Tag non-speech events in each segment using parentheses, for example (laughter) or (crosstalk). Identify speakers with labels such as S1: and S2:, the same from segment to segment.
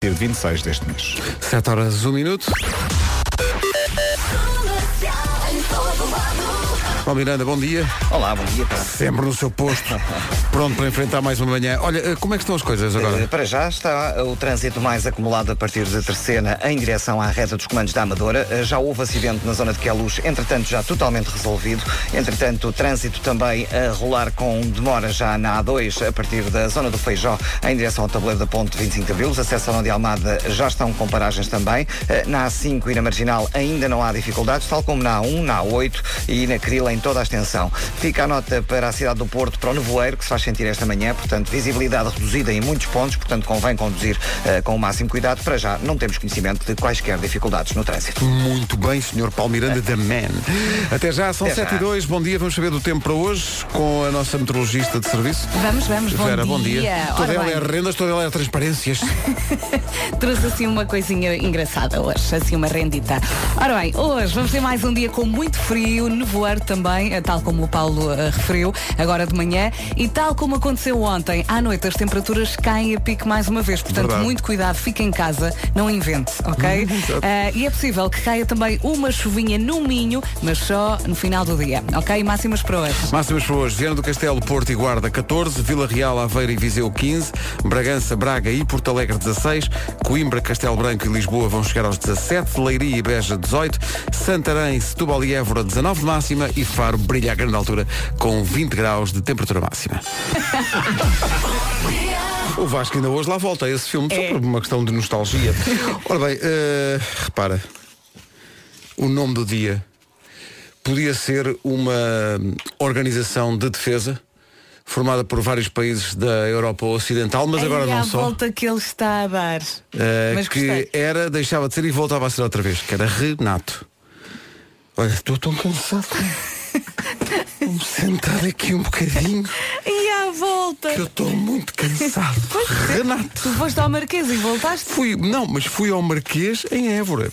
S1: partir de 26 deste mês.
S2: 7 horas, 1 minuto. Ó Miranda, bom dia.
S3: Olá, bom dia. Pá.
S2: Sempre no seu
S3: (laughs)
S2: posto, pronto para enfrentar mais uma manhã. Olha, eh, como é que estão as coisas
S3: Eh,
S2: agora?
S3: Para já está o trânsito mais acumulado a partir de Terceira em direção à reta dos comandos da Amadora. Eh, Já houve acidente na zona de Queluz, entretanto já totalmente resolvido. Entretanto, o trânsito também a rolar com demora já na A2 a partir da zona do Feijó em direção ao tabuleiro da Ponte 25 de Abril. Os acessos à Zona de Almada já estão com paragens também. Eh, Na A5 e na Marginal ainda não há dificuldades, tal como na A1, na A8 e na Crila em toda a extensão. Fica a nota para a cidade do Porto, para o nevoeiro, que se faz sentir esta manhã, portanto, visibilidade reduzida em muitos pontos, portanto, convém conduzir eh, com o máximo cuidado. Para já, não temos conhecimento de quaisquer dificuldades no trânsito.
S2: Muito bem, Sr. Paulo Miranda da Man. Até já, são
S3: Eh. Até
S2: 7 e
S3: já.
S2: 2. Bom dia, vamos saber do tempo para hoje com a nossa meteorologista de serviço.
S4: Vamos, vamos, bom
S2: Vera,
S4: dia.
S2: bom dia. Toda
S4: Ora
S2: ela
S4: bem,
S2: é rendas, toda ela é transparências.
S4: trouxe assim uma coisinha engraçada hoje, assim uma rendita. Ora bem, hoje vamos ter mais um dia com muito frio, nevoeiro também, eh, tal como o Paulo eh, referiu, agora de manhã, e tal como aconteceu ontem, à noite as temperaturas caem a pique mais uma vez, portanto
S2: Verdade. Uhum,
S4: muito cuidado, fique em casa, não invente, ok? Eh, e é possível que caia também uma chuvinha no Minho, mas só no final do dia, ok? Máximas para hoje.
S2: Máximas para hoje, Viana do Castelo, Porto e Guarda 14, Vila Real, Aveiro e Viseu 15, Bragança, Braga e Porto Alegre 16, Coimbra, Castelo Branco e Lisboa vão chegar aos 17, Leiria e Beja 18, Santarém, Setúbal e Évora 19 de máxima e Faro brilha à grande altura com 20 graus de temperatura máxima. O Vasco ainda hoje lá volta a esse filme,
S4: É.
S2: só por uma questão de
S4: (laughs)
S2: nostalgia. Ora bem, eh, repara, o nome do dia podia ser uma hum, organização de defesa formada por vários países da Europa Ocidental, mas agora
S4: Ai, à
S2: não só,
S4: volta que ele está a dar.
S2: eh,
S4: Mas
S2: que
S4: gostei.
S2: era, deixava de ser e voltava a ser outra vez, que era Renato. Olha, estou tão cansado. Vamos sentar aqui um bocadinho,
S4: (laughs) E à volta. é.
S2: que eu estou muito
S4: (laughs)
S2: cansado. Renato.
S4: Tu foste ao Marquês e voltaste?
S2: Fui, não, mas fui ao Marquês em Évora.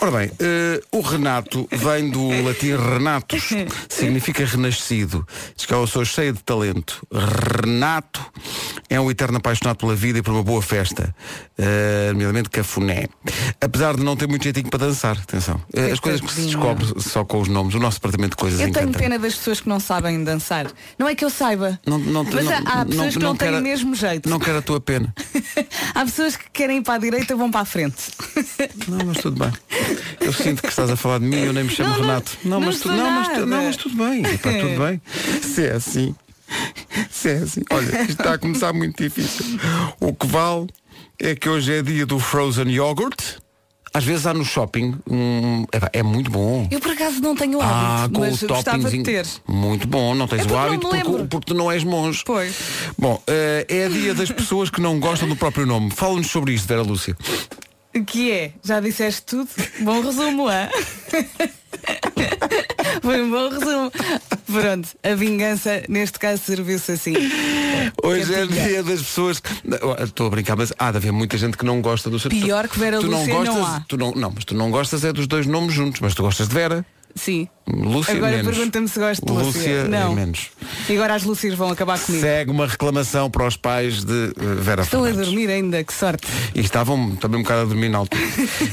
S2: Ora bem, eh, o Renato vem do latim
S4: (laughs)
S2: Renatus, significa renascido. Diz que é uma pessoa cheia de talento. Renato é um eterno apaixonado pela vida e por uma boa festa, eh, nomeadamente cafuné. Apesar de não ter muito jeitinho para dançar, atenção. Eh, as coisas que se
S4: Coitadinho.
S2: descobre só com os nomes, o nosso departamento de coisas
S4: Eu tenho
S2: encanta.
S4: pena das pessoas que não sabem dançar. Não é que eu saiba.
S2: Não- não-
S4: mas
S2: não-
S4: há- há pessoas que não, têm
S2: quero
S4: o
S2: a-
S4: mesmo jeito.
S2: Não quero a tua
S4: (laughs)
S2: pena.
S4: há pessoas que querem ir para a direita e vão para a frente.
S2: Não, mas tudo bem. Eu sinto que estás a falar de mim, eu nem me chamo
S4: Não, não,
S2: Renato. Não,
S4: não
S2: mas tu,
S4: sou
S2: não, mas tu-
S4: nada. É.
S2: não, mas tudo bem. Epá, tudo bem. Se é assim. Se é assim. Olha, isto está a começar muito difícil. O que vale é que hoje é dia do frozen yogurt. Às vezes há no shopping um. epá, É muito bom.
S4: Eu por acaso não tenho
S2: Ah,
S4: hábito,
S2: com
S4: mas
S2: o
S4: gostava de
S2: toppingzinho.
S4: ter.
S2: Muito bom, não tens
S4: É porque
S2: o
S4: não
S2: hábito
S4: me
S2: porque,
S4: lembro.
S2: porque tu não és monge.
S4: Pois.
S2: Bom, eh, é dia das pessoas que não gostam do próprio nome. Fala-nos sobre isto, Vera Lúcia.
S4: Que é? Já disseste tudo? Bom resumo, hã? Foi um bom resumo. Pronto, a vingança neste caso serviu-se assim.
S2: Hoje é
S4: Capinha.
S2: dia das pessoas. Não, Estou a brincar, mas há de haver muita gente que não gosta do seu
S4: Pior
S2: tu-
S4: que Vera
S2: tu não
S4: Lúcia não
S2: gostas,
S4: há.
S2: Tu não, não, mas tu não gostas é dos dois nomes juntos, mas tu gostas de Vera.
S4: Sim.
S2: Lúcia
S4: agora
S2: menos.
S4: pergunta-me se gosto de Lúcia.
S2: é
S4: não.
S2: menos.
S4: E agora as Lúcias vão acabar comigo.
S2: Segue uma reclamação para os pais de eh, Vera
S4: Estão a
S2: Fernandes.
S4: dormir ainda, que sorte.
S2: E estavam também um bocado a dormir na
S4: (laughs)
S2: altura.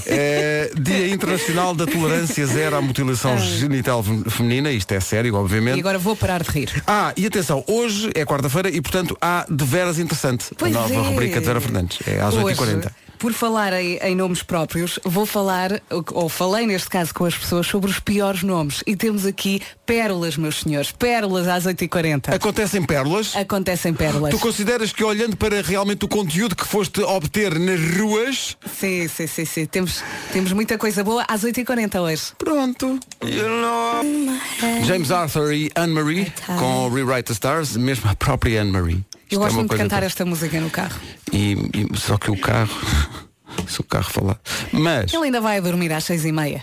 S2: Eh, Dia Internacional da Tolerância Zero à Mutilação Genital Feminina, isto é sério, obviamente.
S4: Ah. E agora vou parar de rir.
S2: Ah, e atenção, hoje é quarta-feira e, portanto, há de veras interessante.
S4: Pois
S2: a nova
S4: é.
S2: rubrica de Vera Fernandes. É às
S4: Hoje,
S2: 8h40.
S4: Por falar em, em nomes próprios, vou falar, ou falei neste caso com as pessoas, sobre os piores nomes. E temos aqui pérolas, meus senhores. Pérolas às 8h40.
S2: Acontecem pérolas.
S4: Acontecem pérolas.
S2: Tu consideras que olhando para realmente o conteúdo que foste obter nas ruas.
S4: Sim, sim, sim, sim. Temos, temos muita coisa boa às 8h40 hoje.
S2: Pronto. You know. James Arthur e Anne-Marie com Rewrite the Stars, mesmo a própria Anne-Marie. Isto
S4: tá.
S2: é
S4: Eu gosto
S2: uma
S4: muito de
S2: coisa
S4: cantar
S2: tão-
S4: esta música no carro.
S2: E, e- só que o carro. (laughs) se o carro falar. Mas.
S4: Ele ainda vai a dormir às
S2: (laughs)
S4: 6h30.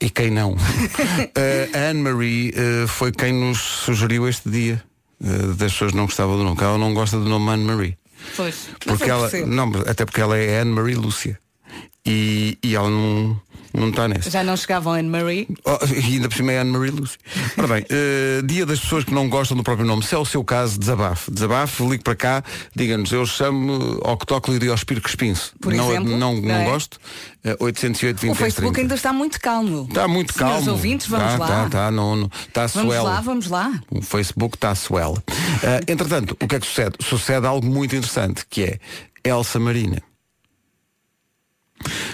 S2: E quem não? Eh, a Anne-Marie eh, foi quem nos sugeriu este dia. eh, das pessoas que não gostavam do nome. Ela não gosta do nome Anne-Marie.
S4: Pois. Mas
S2: Porque
S4: eu
S2: ela,
S4: percebo.
S2: não, até porque ela é Anne Marie Lúcia. E, e ela não, Não está nessa.
S4: Já não chegavam a Anne-Marie.
S2: Oh, e ainda por cima é Anne-Marie Lúcia. Ora bem, eh, dia das pessoas que não gostam do próprio nome. Se é o seu caso, desabafe. Desabafe, ligue para cá, diga-nos, eu chamo Octóclio Diospiro Crespinso.
S4: Por
S2: não,
S4: exemplo,
S2: não,
S4: não
S2: não
S4: é?
S2: gosto. Eh, 808
S4: O
S2: 20
S4: Facebook ainda está muito calmo.
S2: Está muito
S4: Senhores
S2: calmo.
S4: ouvintes, vamos
S2: Tá,
S4: lá.
S2: Tá, tá, não, não. Tá
S4: Vamos
S2: swell.
S4: lá, vamos lá.
S2: O Facebook está swell. Ah, entretanto, o que é que sucede? Sucede algo muito interessante, que é Elsa Marina.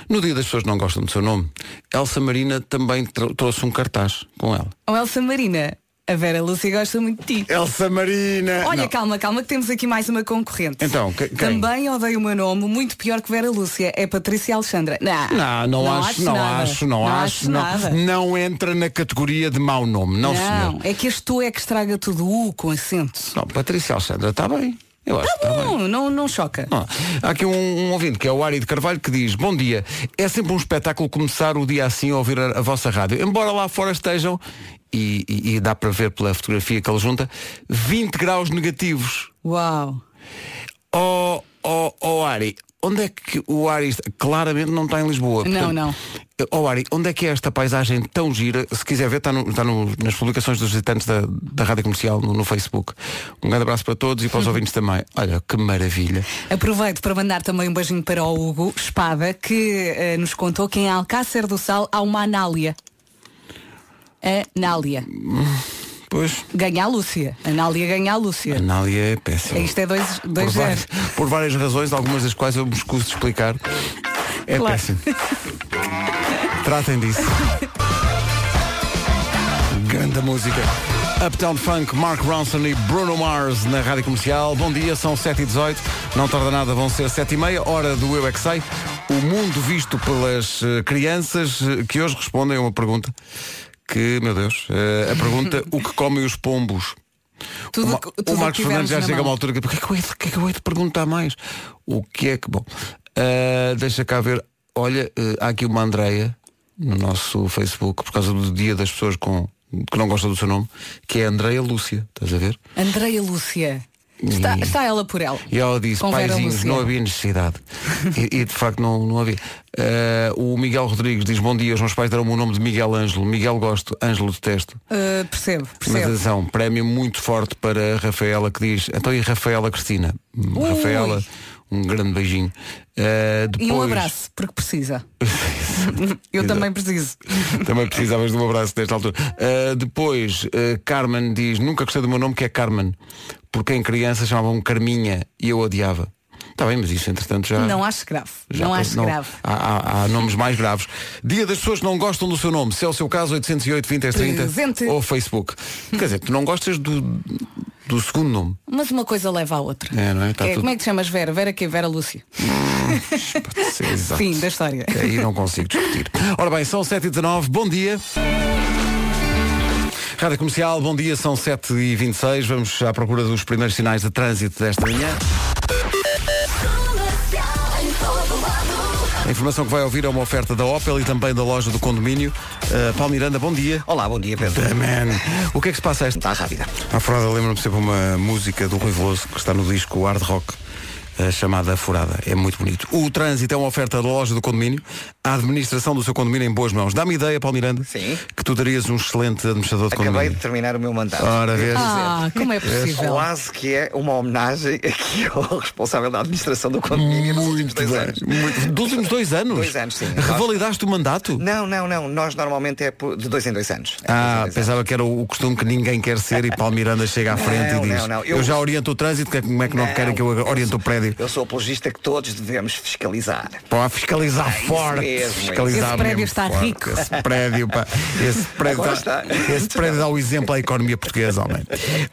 S2: No dia das pessoas que não gostam do seu nome, Elsa Marina também tro- trouxe um cartaz com ela.
S4: Oh, Elsa Marina, a Vera Lúcia gosta muito de ti.
S2: Elsa Marina!
S4: Olha,
S2: Não.
S4: calma, calma, que temos aqui mais uma concorrente.
S2: Então, que- quem?
S4: Também odeio o meu nome, muito pior que Vera Lúcia. É Patrícia Alexandra. Não,
S2: Não, não, acho, não
S4: nada.
S2: acho, não, acho, não,
S4: nada.
S2: não entra na categoria de mau nome, não, senhor.
S4: é que este tu é que estraga tudo U com acento.
S2: Não, Patrícia Alexandra está bem. Eu acho que está Tá bem.
S4: Não, não, não choca.
S2: Ah, há aqui um, um ouvinte que é o Ari de Carvalho que diz Bom dia, é sempre um espetáculo começar o dia assim a ouvir a, a vossa rádio Embora lá fora estejam e, e- e dá para ver pela fotografia que ele junta 20 graus negativos
S4: Uau.
S2: Ó oh, Ari, onde é que o Ari está? Claramente não está em Lisboa
S4: Não, não.
S2: Ó Ari, onde é que é esta paisagem tão gira? Se quiser ver, está, no- está no- nas publicações dos visitantes da, da Rádio Comercial no, no Facebook Um grande abraço para todos e
S4: (laughs)
S2: para os ouvintes também Olha, que maravilha
S4: Aproveito para mandar também um beijinho para o Hugo Espada, que eh, nos contou que em Alcácer do Sal há uma anália. Anália.
S2: Pois,
S4: Ganha a Lúcia. Anália ganha a Lúcia.
S2: Anália é péssimo.
S4: Isto é dois,
S2: por,
S4: dois
S2: várias,
S4: zeros.
S2: por várias razões, algumas das quais eu me escuso de explicar. É
S4: Claro. (laughs)
S2: péssimo. Tratem disso. Grande música. Uptown Funk, Mark Ronson e Bruno Mars na Rádio Comercial. Bom dia, são 7h18. Não tarda nada, vão ser 7h30, hora do Eu É Que Sei. O mundo visto pelas eh, crianças eh, que hoje respondem a uma pergunta que, meu Deus, eh, a pergunta (laughs) o que comem os pombos?
S4: Tudo
S2: o, Ma-
S4: que-
S2: o
S4: tudo
S2: Marcos
S4: que
S2: Fernandes
S4: tivermos
S2: já
S4: na
S2: chega a uma
S4: mão.
S2: altura que o que é que eu hei de- o que é que eu hei de perguntar mais? O que é que. Bom, ah, deixa cá ver. Olha, eh, há aqui uma Andreia no nosso Facebook, por causa do dia das pessoas com, que não gostam do seu nome, que é Andreia Lúcia, estás a ver?
S4: Andreia Lúcia. Está, está ela por ela.
S2: E ela disse,
S4: Com Vera
S2: paizinhos,
S4: Lúcia.
S2: não havia necessidade. e, e, de facto não, não havia. Ah, o Miguel Rodrigues diz, bom dia, os meus pais deram-me o nome de Miguel Ângelo. Miguel gosto, Ângelo detesto.
S4: Eh, percebo,
S2: Mas
S4: percebo.
S2: atenção, prémio muito forte para a Rafaela que diz. Então e Rafaela Cristina? Hum,
S4: Ui.
S2: Rafaela, um grande beijinho. Uh, depois,
S4: E um abraço, porque precisa. Eu também preciso.
S2: (laughs) Também precisavas de um abraço nesta altura. Uh, depois, uh, Carmen diz, nunca gostei do meu nome que é Carmen, porque em criança chamavam-me Carminha e eu odiava. Está bem, mas isso entretanto já.
S4: Não acho grave.
S2: Já- tá-
S4: não acho grave.
S2: Há, há- há nomes mais graves. Dia das pessoas que não gostam do seu nome. Se é o seu caso, 808 20 às 30
S4: Presente.
S2: é ou Facebook. Quer dizer, tu não gostas do, do segundo nome.
S4: Mas uma coisa leva à outra.
S2: É, não é? Tá tudo-
S4: Como é que te chamas Vera? Vera que Vera Lúcia.
S2: (laughs) Sim, exato. É,
S4: Fim da história.
S2: Aí não consigo discutir. Ora bem, são 7h19, bom dia. Rádio Comercial, bom dia, são 7h26. Vamos à procura dos primeiros sinais de trânsito desta manhã. A informação que vai ouvir é uma oferta da Opel e também da loja do condomínio. Uh, Paulo Miranda, bom dia.
S3: Olá, bom dia, Pedro.
S2: Man, o que é que se passa a esta?
S3: Está rápida.
S2: A Furada lembra-me sempre uma música do Rui Veloso que está no disco Hard Rock eh, chamada Furada. É muito bonito. O trânsito é uma oferta da loja do condomínio, a administração do seu condomínio é em boas mãos. Dá-me ideia, Paulo Miranda,
S3: Sim.
S2: que tu darias um excelente administrador de
S3: Acabei de
S2: condomínio.
S3: terminar o meu mandato.
S2: Ora, vês.
S4: Ah, como é possível?
S3: Quase que é uma homenagem aqui (laughs) ao responsável da administração do condomínio nos últimos
S2: Muito
S3: dois
S2: bem.
S3: anos.
S2: Muito- Dos últimos dois anos?
S3: Dois anos, sim.
S2: Revalidaste o mandato?
S3: Não, não, não. Nós normalmente é por- de dois em dois anos. É de
S2: Ah,
S3: dois em dois anos.
S2: pensava que era o o costume que ninguém quer ser e Paulo Miranda chega à frente
S3: Não,
S2: e diz
S3: não, não.
S2: Eu...
S3: Eu-
S2: já oriento o trânsito, que é- como é que não,
S3: Não,
S2: querem que eu oriente o prédio?
S3: Eu sou apologista que todos devemos fiscalizar.
S2: Pá, fiscalizar
S3: isso
S2: forte.
S3: mesmo, é isso.
S2: fiscalizar
S4: Esse prédio
S2: mesmo
S4: está
S2: forte.
S4: rico.
S2: Esse prédio, pá, esse prédio,
S3: Agora
S2: dá,
S3: está.
S2: esse prédio dá o exemplo à economia portuguesa, homem.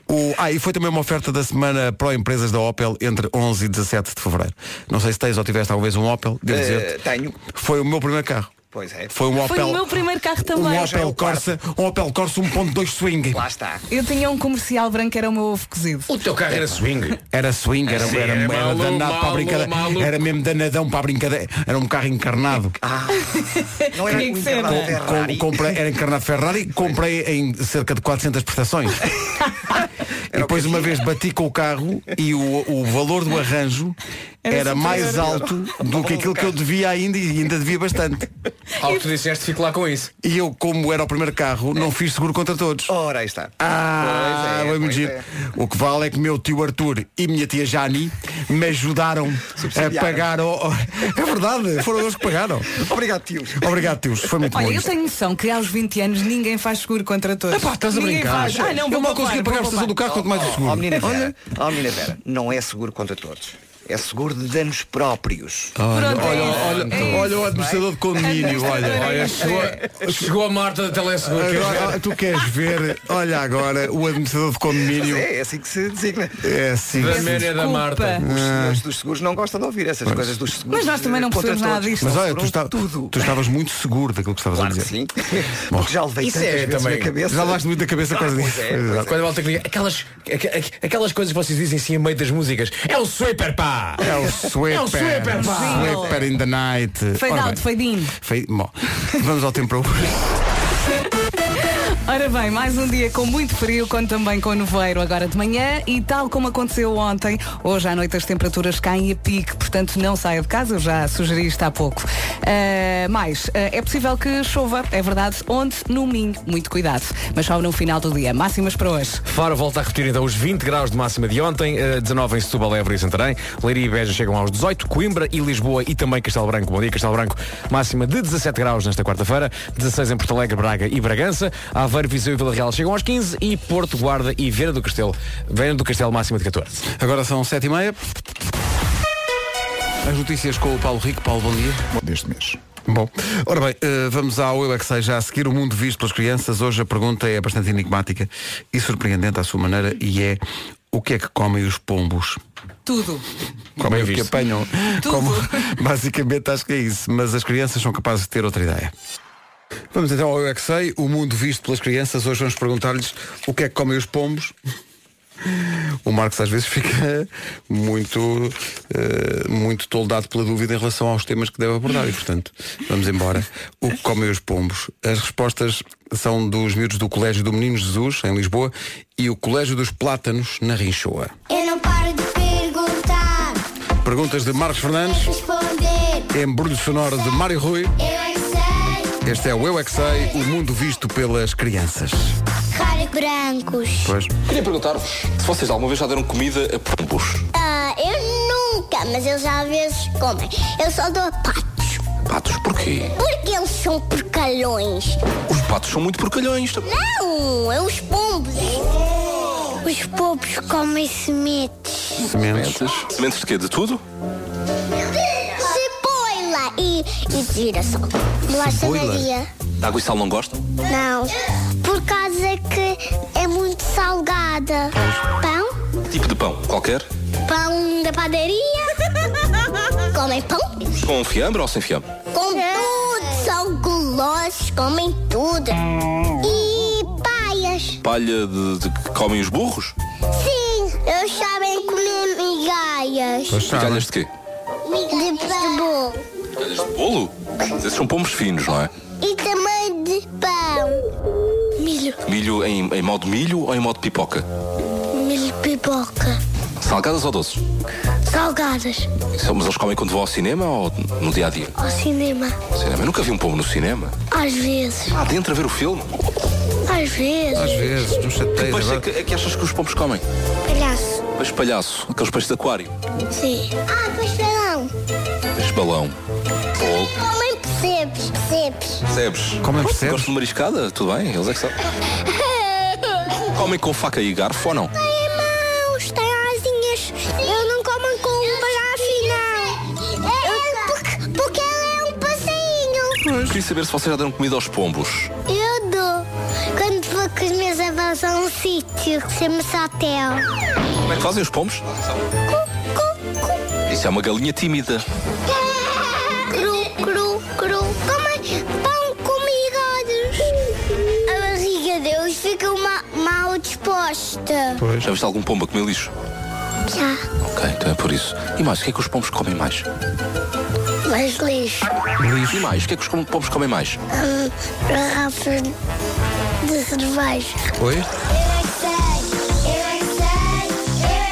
S2: O, ah, e foi também uma oferta da semana pró-empresas da Opel entre 11 e 17 de fevereiro. Não sei se tens ou tiveste talvez um Opel, devo
S3: Eh,
S2: dizer
S3: tenho.
S2: Foi o meu primeiro carro.
S3: Pois é.
S2: Foi um Opel.
S4: Foi o meu primeiro carro
S2: um
S4: também.
S3: já é
S2: Opel
S3: o quarto.
S2: Corsa, um Opel Corsa 1.2 swing.
S3: Lá está.
S4: Eu tinha um comercial branco, era o meu ovo cozido.
S1: O teu carro era swing.
S2: Era swing, era,
S1: Sim,
S2: era,
S1: é
S2: era
S1: maluco,
S2: danado para a
S1: maluco,
S2: brincadeira.
S1: maluco.
S2: Era mesmo danadão para a brincadeira. Era um carro encarnado.
S3: Ah. Não era
S4: Tinha que
S3: um
S4: ser,
S3: internado
S4: não é?
S3: Ferrari. (laughs)
S2: Com- comprei, era encarnado Ferrari, comprei em cerca de 400 prestações. E depois uma vez bati com o carro e o, o valor do arranjo
S4: Era
S2: era,
S4: superior.
S2: mais alto do que aquilo que eu devia ainda e ainda devia
S1: (laughs)
S2: bastante.
S1: Ao que tu disseste, fico lá com isso.
S2: E eu, como era o primeiro carro, não fiz seguro contra todos.
S3: Ora, aí está.
S2: Ah,
S3: Pois é,
S2: bem muito
S3: pois
S2: giro.
S3: é.
S2: O que vale é que meu tio Arthur e minha tia Jani me ajudaram a pagar. o- o- É verdade, foram eles que pagaram.
S3: Obrigado, tio.
S2: Obrigado, tios. Foi muito bom.
S4: Olha, eu
S2: isto.
S4: tenho noção que aos 20 anos ninguém faz seguro contra todos.
S2: Epá, estás a
S4: ninguém
S2: brincar.
S4: Faz. Ah, não,
S2: eu
S4: vou
S2: mal
S4: poupar,
S2: consegui
S4: vou
S2: pagar a prestação do
S4: poupar.
S2: carro quanto mais o
S3: Ó,
S2: seguro.
S3: menina
S2: Olha,
S3: Vera, ó, menina Vera, não é seguro contra todos. É seguro de danos próprios.
S4: Pronto,
S2: olha,
S4: é isso.
S2: olha,
S4: É isso.
S2: olha o administrador de condomínio, olha.
S1: Olha, chegou, chegou a Marta da Teleseguro. queres ver?
S2: Agora, tu queres ver, olha agora, o administrador de
S3: Mas
S2: condomínio
S3: é, é assim que se designa.
S2: é assim. Ah.
S1: Da
S2: sim.
S1: Méria da
S4: Desculpa.
S1: Marta.
S3: Os senhores dos seguros não gostam de ouvir essas coisas dos seguros.
S4: Mas nós também não
S3: eh, contra
S4: percebemos nada
S3: todos.
S4: disto.
S2: Mas olha, tu,
S3: Foram
S2: está-
S3: tudo.
S2: tu estavas muito seguro daquilo que estavas
S3: Claro
S2: a
S3: que
S2: dizer.
S3: sim. Porque já levei
S1: Isso
S3: tantas
S1: é
S3: vezes
S1: também. Ah,
S3: na cabeça.
S2: Já levaste muito da cabeça quase
S3: pois
S2: disso.
S3: é, pois
S2: Exato.
S1: Quando a volta clica, aquelas, aqu- aqu- aquelas coisas que vocês dizem assim a meio das músicas. É o sweeper, pá!
S2: É o sweeper.
S1: É o sweeper, pá.
S2: Sweeper in the night.
S4: Fade
S2: Ora
S4: out,
S2: bem,
S4: fade in.
S2: fade- bom, vamos ao tempo para hoje.
S4: Ora bem, mais um dia com muito frio, quando também com nevoeiro agora de manhã e tal como aconteceu ontem, hoje à noite as temperaturas caem a pique, portanto não saia de casa, eu já sugeri isto há pouco. Uh, mais, uh, é possível que chova, é verdade, onde? No Minho, muito cuidado. Mas chove no final do dia. Máximas para hoje.
S1: Faro volta a repetir então os 20 graus de máxima de ontem, eh, 19 em Setúbal, Évora e Santarém, Leiria e Beja chegam aos 18, Coimbra e Lisboa e também Castelo Branco. Bom dia, Castelo Branco, máxima de 17 graus nesta quarta-feira, 16 em Porto Alegre, Braga e Bragança, Aveiro, Viseu e Vila Real chegam aos 15 e Porto, Guarda e Viana do Castelo, Viana do Castelo máxima de 14.
S2: Agora são sete e meia. As notícias com o Paulo Rico. Paulo, bom dia.
S5: deste mês.
S2: Bom, ora bem, eh, vamos ao Eu é que sei já a seguir o mundo visto pelas crianças. Hoje a pergunta é bastante enigmática e surpreendente à sua maneira e é o que é que comem os pombos?
S4: Tudo.
S2: Comem o é que
S1: visto.
S2: apanham.
S4: Tudo.
S2: (laughs) basicamente acho que é isso, mas as crianças são capazes de ter outra ideia. Vamos então ao Eu é que sei, o mundo visto pelas crianças. Hoje vamos perguntar-lhes o que é que comem os pombos. (laughs) O Marcos às vezes fica muito, eh, muito toldado pela dúvida em relação aos temas que deve abordar e, portanto, vamos embora. O que comem os pombos? As respostas são dos miúdos do Colégio do Menino Jesus, em Lisboa, e o Colégio dos Plátanos, na Rinchoa.
S6: Eu não paro de perguntar,
S2: Perguntas de Marcos Fernandes,
S6: responder.
S2: embrulho sonoro de Mário Rui.
S6: Eu é que sei,
S2: Este é o Eu é que sei, o mundo visto pelas crianças.
S6: raro brancos.
S2: Pois.
S7: Queria perguntar-vos se vocês alguma vez já deram comida a pombos.
S6: Ah, eu nunca, mas eles às vezes comem. Eu só dou patos,
S7: Patos, porquê?
S6: porque eles são porcalhões.
S7: Os patos são muito porcalhões.
S6: Não, é os pombos. Os pombos comem sementes.
S2: Sementes.
S7: Sementes de quê? De tudo?
S6: Cebola e, e girassol. Bolacha Maria.
S7: Água e sal não gostam?
S6: Não, por causa que é muito salgada. Pão?
S7: Tipo de pão, qualquer?
S6: Pão da padaria? Comem pão?
S7: Com fiambre ou sem fiambre?
S6: Com tudo, são gulosos, comem tudo. E paias?
S7: Palha de, de que comem os burros?
S6: Sim, eles sabem comer migalhas.
S2: Pois sabem.
S7: Migalhas de quê?
S6: De pão.
S7: Migalhas de bolo? Mas Esses são pombos finos, não é?
S6: E também de pão. Milho,
S7: Milho em, em modo milho ou em modo pipoca?
S6: milho pipoca.
S7: Salgadas ou doces?
S6: Salgadas,
S7: São- Mas eles comem quando vão ao cinema ou no dia a dia?
S6: ao cinema.
S7: Cinema. Eu nunca vi um pombo no cinema.
S6: Às vezes,
S7: Ah, dentro a ver o filme?
S6: às
S2: Às
S6: vezes.
S2: vezes, não chateias.
S7: Depois é
S2: Agora...
S7: que, é que achas que os pombos comem?
S6: Palhaço,
S7: Peixe palhaço, aqueles peixes de aquário,
S6: sim. Ah, pois não.
S7: peixe balão, bolo.
S6: Comem percebes, percebes.
S7: Percebes?
S2: Comem percebes?
S7: Gostam de mariscada? Tudo bem, eles é que sabem.
S6: Ah.
S7: Comem com faca e garfo ou não?
S6: Tem mãos, tem asinhas. Eu não como com um garrafa, não. Eu- porque, porque ele é um passarinho.
S7: Queria saber se vocês já deram comida aos pombos.
S6: Eu dou. Quando vou com os meus avós a um sítio que chama-se hotel.
S7: Como é que fazem os pombos?
S6: Cu, cu, cu.
S7: Isso é uma galinha tímida.
S6: Cru, cru, cru. Comem pão comigados. A barriga deles fica ma- mal disposta.
S7: Já viste algum pombo a comer lixo?
S6: Já,
S7: Ok, então é por isso. E mais, o que é que os pombos comem mais?
S6: mas lixo.
S7: E mais, o que é que os com- pombos comem mais?
S6: Hum, garrafas de cerveja.
S2: Oi?
S6: Eu é que sei, eu é que sei.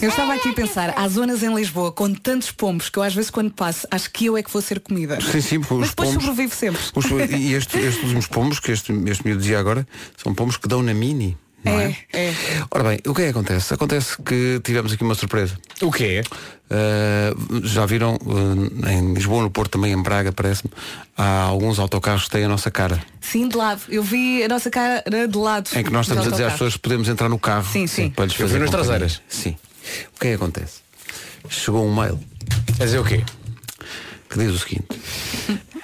S4: Eu estava aqui a pensar, há zonas em Lisboa com tantos pombos que eu às vezes quando passo acho que eu é que vou ser comida.
S2: Sim, sim, porque
S4: Mas
S2: os
S4: depois
S2: pombos-
S4: sobrevivo sempre.
S2: Os- e este- estes últimos pombos, que este, este miúdo dizia agora, são pombos que dão na mini. Não é?
S4: É, é.
S2: Ora bem, o que é que acontece? Acontece que tivemos aqui uma surpresa.
S1: O quê?
S2: Uh, já viram uh, em Lisboa, no Porto, também em Braga, parece-me, há alguns autocarros que têm a nossa cara.
S4: Sim, de lado. Eu vi a nossa cara de lado.
S2: Em que nós estamos a
S4: do
S2: dizer às
S4: autocarro.
S2: pessoas que podemos entrar no carro
S4: Sim, sim.
S2: para lhes
S1: Eu vi
S2: fazer
S1: nas
S2: companhia.
S1: traseiras.
S2: Sim. O que é que acontece? Chegou um mail
S1: Quer dizer o quê?
S2: que diz o seguinte.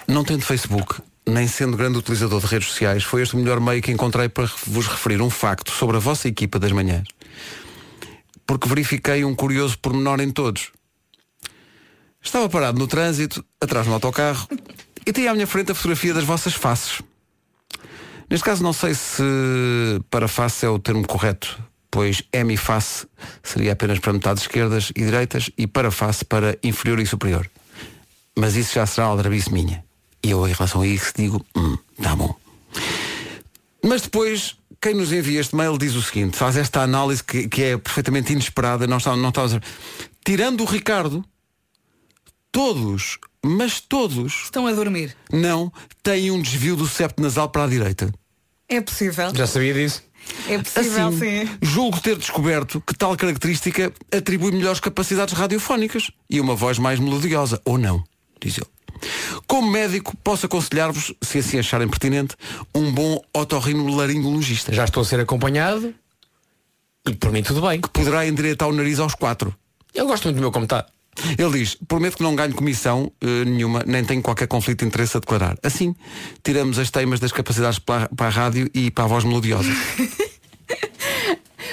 S2: Não tendo Facebook, nem sendo grande utilizador de redes sociais, foi este o melhor meio que encontrei para vos referir um facto sobre a vossa equipa das manhãs. Porque verifiquei um curioso pormenor em todos. Estava parado no trânsito, atrás no autocarro, e tinha à minha frente a fotografia das vossas faces. Neste caso não sei se para face é o termo correto, pois hemiface seria apenas para metades esquerdas e direitas e para face para inferior e superior. Mas isso já será aldrabice minha. E eu em relação a isso digo, hum, tá bom. Mas depois, quem nos envia este mail diz o seguinte, faz esta análise que, que é perfeitamente inesperada, não está, não está Tirando o Ricardo, todos, mas todos,
S4: Estão a dormir.
S2: não, têm um desvio do septo nasal para a direita.
S4: É possível.
S1: Já sabia disso?
S4: É possível,
S2: Assim,
S4: sim.
S2: julgo ter descoberto que tal característica atribui melhores capacidades radiofónicas e uma voz mais melodiosa, ou não, diz ele. Como médico, posso aconselhar-vos, se assim acharem pertinente, um bom otorrinolaringologista.
S1: Já estou a ser acompanhado e por mim tudo bem.
S2: Poderá endireitar o nariz aos quatro.
S1: Eu gosto muito do meu como está.
S2: Ele diz, prometo que não ganho comissão eh, nenhuma, nem tenho qualquer conflito de interesse a declarar. Assim, tiramos as teimas das capacidades para, para a rádio e para a voz melodiosa.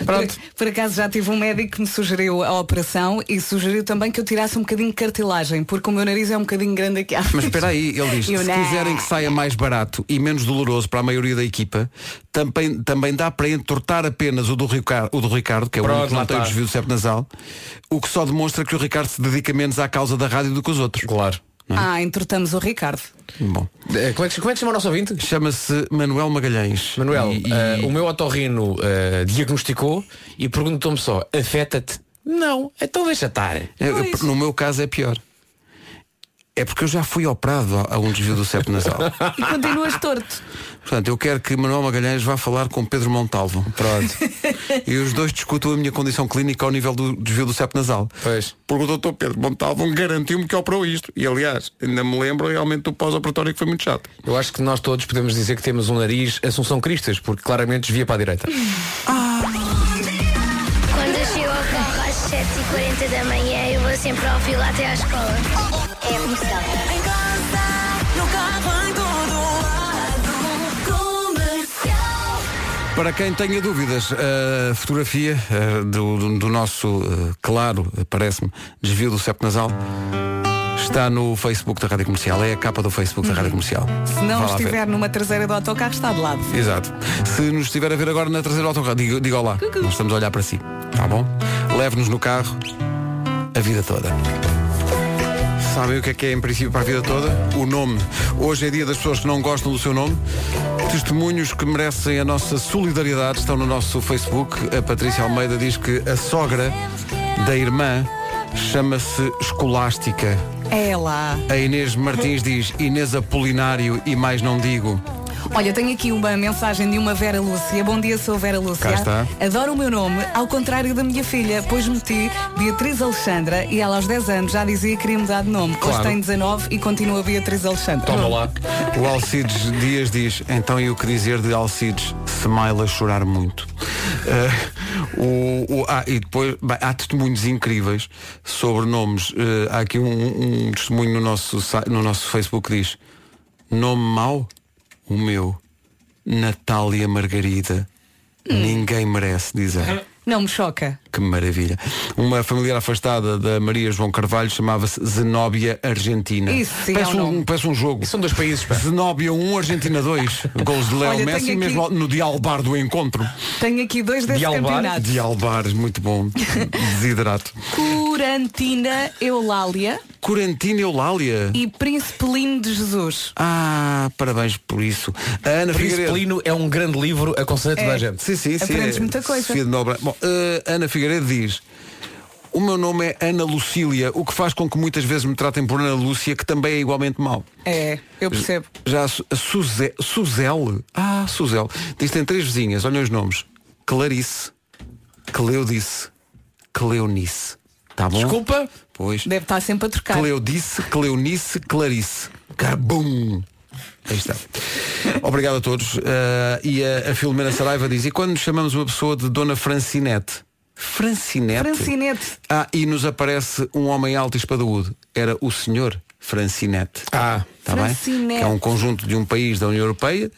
S1: Pronto.
S4: Por, por acaso já tive um médico que me sugeriu a operação e sugeriu também que eu tirasse um bocadinho de cartilagem, porque o meu nariz é um bocadinho grande aqui à
S2: Mas
S4: frente.
S2: espera aí, ele diz, se
S4: (laughs) Eu não.
S2: quiserem que saia mais barato e menos doloroso para a maioria da equipa, também, também dá para entortar apenas o do, Ricardo, o do Ricardo, que é o
S1: Pronto,
S2: único que
S1: lá
S2: não tem o
S1: está.
S2: desvio do septo nasal, o que só demonstra que o Ricardo se dedica menos à causa da rádio do que os outros.
S1: Claro.
S2: é?
S4: Ah, entortamos o Ricardo.
S2: Bom,
S1: Eh, Como é, que, como é que chama o nosso ouvinte?
S2: chama-se Manuel Magalhães.
S1: Manuel,
S2: E- e-
S1: eh, o meu otorrino eh, diagnosticou e perguntou-me só, afeta-te? Não, então deixa estar.
S2: eu- eu-
S4: Pois.
S2: no meu caso é pior. É porque eu já fui operado a, a um desvio do septo nasal.
S4: E continuas torto.
S2: Portanto, eu quero que Manuel Magalhães vá falar com Pedro Montalvo. Pronto. e os dois discutam a minha condição clínica ao nível do desvio do septo nasal.
S1: Pois.
S2: Porque o doutor Pedro Montalvo garantiu-me que operou isto. E aliás, ainda me lembro realmente do pós-operatório que foi muito chato.
S1: Eu acho que nós todos podemos dizer que temos um nariz Assunção Cristas, porque claramente desvia para a direita.
S6: Quando eu chego ao carro às 7h40 da manhã, eu vou sempre ao fila até à escola. É comercial.
S2: Para quem tenha dúvidas, a fotografia eh, do, do- do nosso, eh, claro, eh, parece-me, desvio do septo nasal está no Facebook da Rádio Comercial. É a capa do Facebook da Rádio Comercial.
S4: Uhum. Se não
S2: Vá lá ver.
S4: estiver numa traseira do autocarro, está de lado.
S2: Exato. Se nos estiver a ver agora na traseira do autocarro, diga, diga olá. Nós estamos a olhar para si. Tá bom? Leve-nos no carro a vida toda. Sabem o que é que é em princípio para a vida toda? O nome. Hoje é dia das pessoas que não gostam do seu nome. Testemunhos que merecem a nossa solidariedade estão no nosso Facebook. A Patrícia Almeida diz que a sogra da irmã chama-se Escolástica.
S4: É lá.
S2: A Inês Martins diz Inês Apolinário e mais não digo.
S4: Olha, tenho aqui uma mensagem de uma Vera Lúcia. Bom dia, sou a Vera Lúcia.
S2: Cá está.
S4: Adoro o meu nome, ao contrário da minha filha, pois meti Beatriz Alexandra e ela aos 10 anos já dizia que queria mudar de nome.
S2: Claro.
S4: Hoje tem 19 e continua Beatriz Alexandra.
S1: Toma lá.
S2: O Alcides Dias diz, então e o que dizer de Alcides? Smile a chorar muito. Eh, o, o- ah, e depois bem, há testemunhos incríveis sobre nomes. Eh, há aqui um, um testemunho no nosso, site- no nosso Facebook que diz Nome mau? O meu. Natália Margarida. Ninguém merece dizer.
S4: Não me choca.
S2: Que maravilha. Uma familiar afastada da Maria João Carvalho chamava-se Zenóbia Argentina.
S4: Isso sim, é
S2: parece,
S4: um
S2: um,
S4: nome.
S2: parece um jogo.
S1: São dois países, pá.
S2: Zenóbia 1, Argentina
S4: (laughs)
S2: 2. Gols de Léo
S4: Olha,
S2: Messi,
S4: tenho aqui-
S2: mesmo no Dialbar do encontro.
S4: Tenho aqui dois desse
S1: De Alvar,
S4: campeonato.
S2: Dialbar, muito
S4: (laughs)
S2: bom. Desidrato.
S4: Curantina Eulália
S2: Corantina Eulália.
S4: e Principelino de Jesus.
S2: Ah, parabéns por isso. A Ana Figueiredo.
S1: Principelino é um grande livro, aconselho a toda a gente.
S2: Sim, sim, sim.
S4: É. Aprendes
S2: é
S4: muita coisa.
S2: Sofia de Nobra. Bom, eh, Ana Figueiredo diz. O meu nome é Ana Lucília, o que faz com que muitas vezes me tratem por Ana Lúcia, que também é igualmente mau.
S4: É, eu percebo.
S2: Já a Su- a Suze, Suzel, ah, Suzel, diz que tem três vizinhas, olhem os nomes. Clarice, Cleudice, Cleonice. Tá bom?
S1: Desculpa?
S2: Pois.
S4: Deve estar sempre a trocar.
S2: Cleudice, Cleonice, Clarice. Cabum! Aí está. Obrigado a todos. Ah, e a, a Filomena Saraiva diz, e quando chamamos uma pessoa de Dona Francinete? Francinete?
S4: Francinete.
S2: Ah, e nos aparece um homem alto e espadaúdo. Era o senhor Francinete.
S1: Ah.
S2: Tá bem?
S4: Francinete.
S2: Que é um conjunto de um país da União Europeia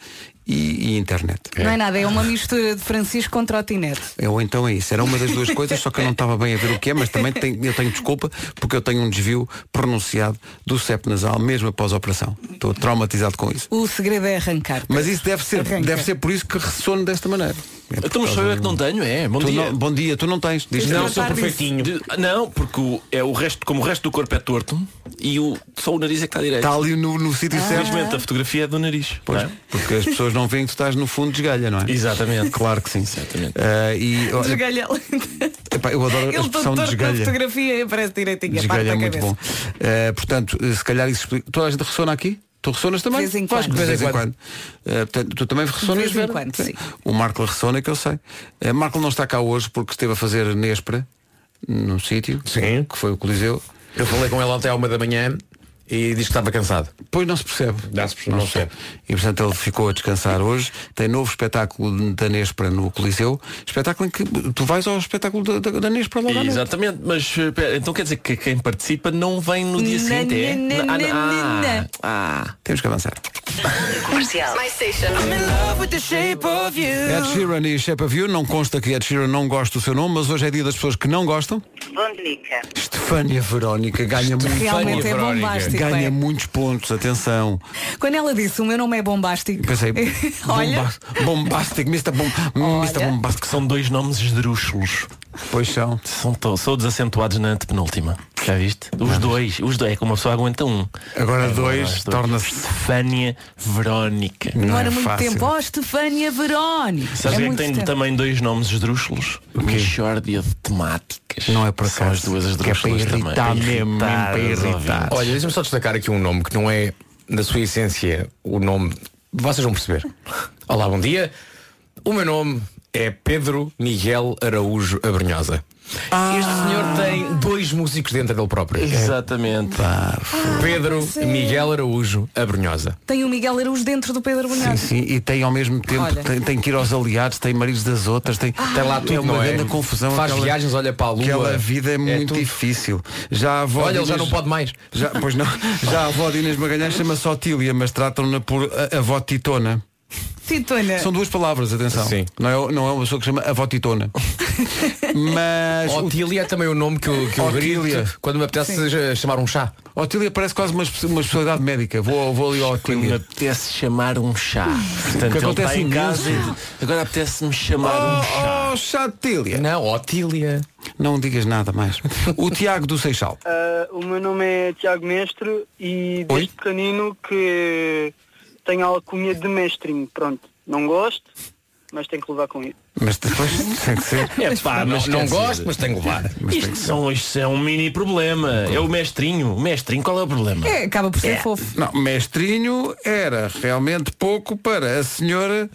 S2: e, e internet.
S4: Não é nada, é uma mistura de Francisco com Trotinete.
S2: É, Ou então é isso. Era uma das
S4: (laughs)
S2: duas coisas, só que eu não estava bem a ver o que é, mas também tenho- eu tenho desculpa porque eu tenho um desvio pronunciado do septo nasal, mesmo após a operação. Estou traumatizado com isso.
S4: O segredo é arrancar.
S2: Mas isso deve ser,
S4: Arranca.
S2: deve ser por isso que ressono desta maneira. É por
S5: Então, mas só
S2: causa
S5: eu é que não tenho, é. Bom
S2: do- Tu
S5: dia.
S2: não- bom dia, tu não tens. Diz
S1: Não,
S4: Não
S1: sou
S4: tarde.
S1: perfeitinho.
S5: De- não, porque o- é o resto, como o resto do corpo é torto e o, só o nariz é que está direito.
S2: Está Tá ali no, no sítio
S4: Ah.
S2: certo.
S5: Infelizmente a fotografia é do nariz.
S2: Pois,
S5: não é?
S2: porque as pessoas não veem que tu estás no fundo de esgalha, não é?
S5: Exatamente.
S2: Claro que sim.
S5: Exatamente.
S2: Ah, e, olha,
S4: Desgalha.
S2: epá, eu adoro a
S4: Ele
S2: expressão
S4: todo
S2: de
S4: torto na
S2: esgalha.
S4: fotografia e aparece direitinho a parte
S2: Desgalha é
S4: da
S2: muito
S4: cabeça.
S2: bom. Eh, portanto, eh, se calhar isso explica. Toda a gente ressona aqui? Tu ressonas também?
S4: De vez em
S2: Vasco,
S4: quando.
S2: De vez em quando. Eh, portanto, tu também ressonas?
S4: De vez em
S2: Vera?
S4: quando, sim.
S2: O Marco ressona, que eu sei. Eh, Marco não está cá hoje porque esteve a fazer Nespra, num sítio,
S1: Sim.
S2: que foi o Coliseu.
S1: Eu falei com ele ontem à uma da manhã e disse que estava cansado.
S2: Pois não se percebe.
S1: Não se percebe, não se
S2: E portanto ele ficou a descansar hoje. Tem novo espetáculo da Nespra no Coliseu. Espetáculo em que tu vais ao espetáculo da, da, da Nespra logo à noite.
S5: Exatamente, mas eh, pera, então quer dizer que quem participa não vem no dia
S4: Na,
S5: seguinte, é?
S4: na, na,
S5: Ah,
S4: na,
S5: ah,
S4: na.
S5: ah.
S2: Temos que avançar.
S8: My station.
S2: Ed Sheeran e Shape of You, não consta que Ed Sheeran não gosta do seu nome, mas hoje é dia das pessoas que não gostam.
S9: Bonita.
S2: Estefânia Verónica ganha, muito,
S4: Realmente
S1: Vânia
S4: é
S1: Verónica.
S4: bombástico.
S2: ganha
S4: é.
S2: muitos pontos, atenção.
S4: Quando ela disse o meu nome é bombástico.
S2: Pensei,
S4: (laughs) Olha,
S2: bomba- bombastic, Mr. Bom, Mr.
S4: Olha.
S2: Bombastic,
S5: São dois nomes esdrúxulos.
S2: pois são.
S5: São to- todos acentuados na antepenúltima. Já viste? Os dois, os dois, é que uma pessoa aguenta um.
S2: Agora
S5: Agora
S2: dois,
S5: os
S2: torna-se.
S5: Stefânia Verónica.
S2: não
S4: não
S2: é
S4: era muito
S2: fácil.
S4: tempo. Oh, Estefânia Verónica.
S5: Sabes
S4: é
S5: quem é que
S4: muito
S5: tem
S4: tempo.
S5: também dois nomes esdrúxulos? Michórdia de temáticas.
S2: Não é para
S5: São as duas
S2: que é para
S5: esdrúxulas também.
S2: irritar mesmo, mesmo para
S5: os
S2: irritar.
S5: ouvintes.
S1: Olha, deixa-me só destacar aqui um nome que não é, na sua essência, o nome. Vocês vão perceber. Olá, bom dia. O meu nome é Pedro Miguel Araújo Abrunhosa.
S2: Ah,
S1: Este senhor tem dois músicos dentro dele próprio.
S5: Exatamente.
S1: Pedro Miguel Araújo Abrunhosa.
S4: Tem o Miguel Araújo dentro do Pedro
S2: Sim,
S4: Bonhado.
S2: sim, e tem ao mesmo tempo,
S4: Olha.
S2: tem, tem que ir aos aliados, tem maridos das outras, tem,
S1: Tem lá tudo,
S2: é uma
S1: não é?
S2: grande confusão.
S1: Faz
S2: aquela-
S1: viagens, olha para a lua.
S2: Aquela vida é, muito
S1: tudo.
S2: difícil. Já a avó
S1: Olha,
S2: de
S1: ele já
S2: Inês-
S1: não pode mais.
S2: Já, pois não. Já a avó de Inês Magalhães chama-se Otília, mas tratam-na por a- avó Titona.
S4: Titona.
S2: São duas palavras, atenção.
S1: Sim.
S2: Não, é, não é uma pessoa que chama avó Titona. mas o-
S1: Otília é também o nome que eu, que eu
S2: Otília.
S1: grito quando me apetece eh, chamar um chá.
S2: Otília parece quase uma, espe- uma especialidade médica. Vou, vou ali ao
S5: Quando me
S2: Otília.
S5: apetece chamar um chá. Portanto,
S2: Que
S5: ele
S2: acontece
S5: está em
S2: imenso.
S5: casa e diz, agora apetece-me chamar um chá.
S2: Oh, oh, chatília.
S1: Não, Otília.
S2: Não digas nada mais. O Tiago do
S1: (laughs)
S2: Seixal.
S10: Ah, o meu nome é Tiago Mestre e
S2: Oi?
S10: desde pequenino que tenho a alcunha de mestrinho. Pronto, não gosto, mas tenho que levar com isso.
S2: Mas depois tem que
S5: (laughs)
S2: ser.
S5: É pá, mas
S1: não
S5: quer dizer,
S1: gosto, mas tenho que levar.
S5: Isto, são, isto é um mini problema. É o mestrinho. O mestrinho, qual é o problema?
S4: É, acaba por ser fofo.
S2: Não, mestrinho era realmente pouco para a senhora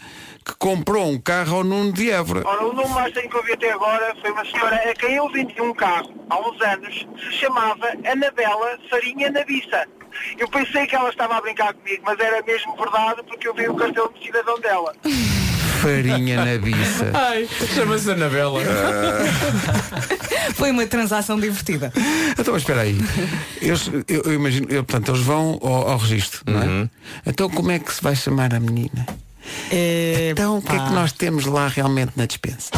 S2: que comprou um carro ao Nuno de
S1: (laughs)
S2: Évora.
S9: Ora, o nome mais estranho que eu vi até agora foi uma senhora a quem eu vendi um carro há uns anos, se chamava Anabela Farinha Nabiça. Eu pensei que ela estava a brincar comigo, mas era mesmo verdade porque eu vi o cartão de cidadão dela.
S2: Farinha na biça. Ah.
S1: Ai, chama-se Anabela.
S4: Foi uma transação divertida.
S2: (laughs) Então, mas espera aí. Eles, eu, eu imagino, eu, portanto, eles vão ao, ao registro, não é?
S11: Uhum.
S2: Então, como é que se vai chamar a menina? então, o que é que
S4: Ah.
S2: nós temos lá realmente na dispensa?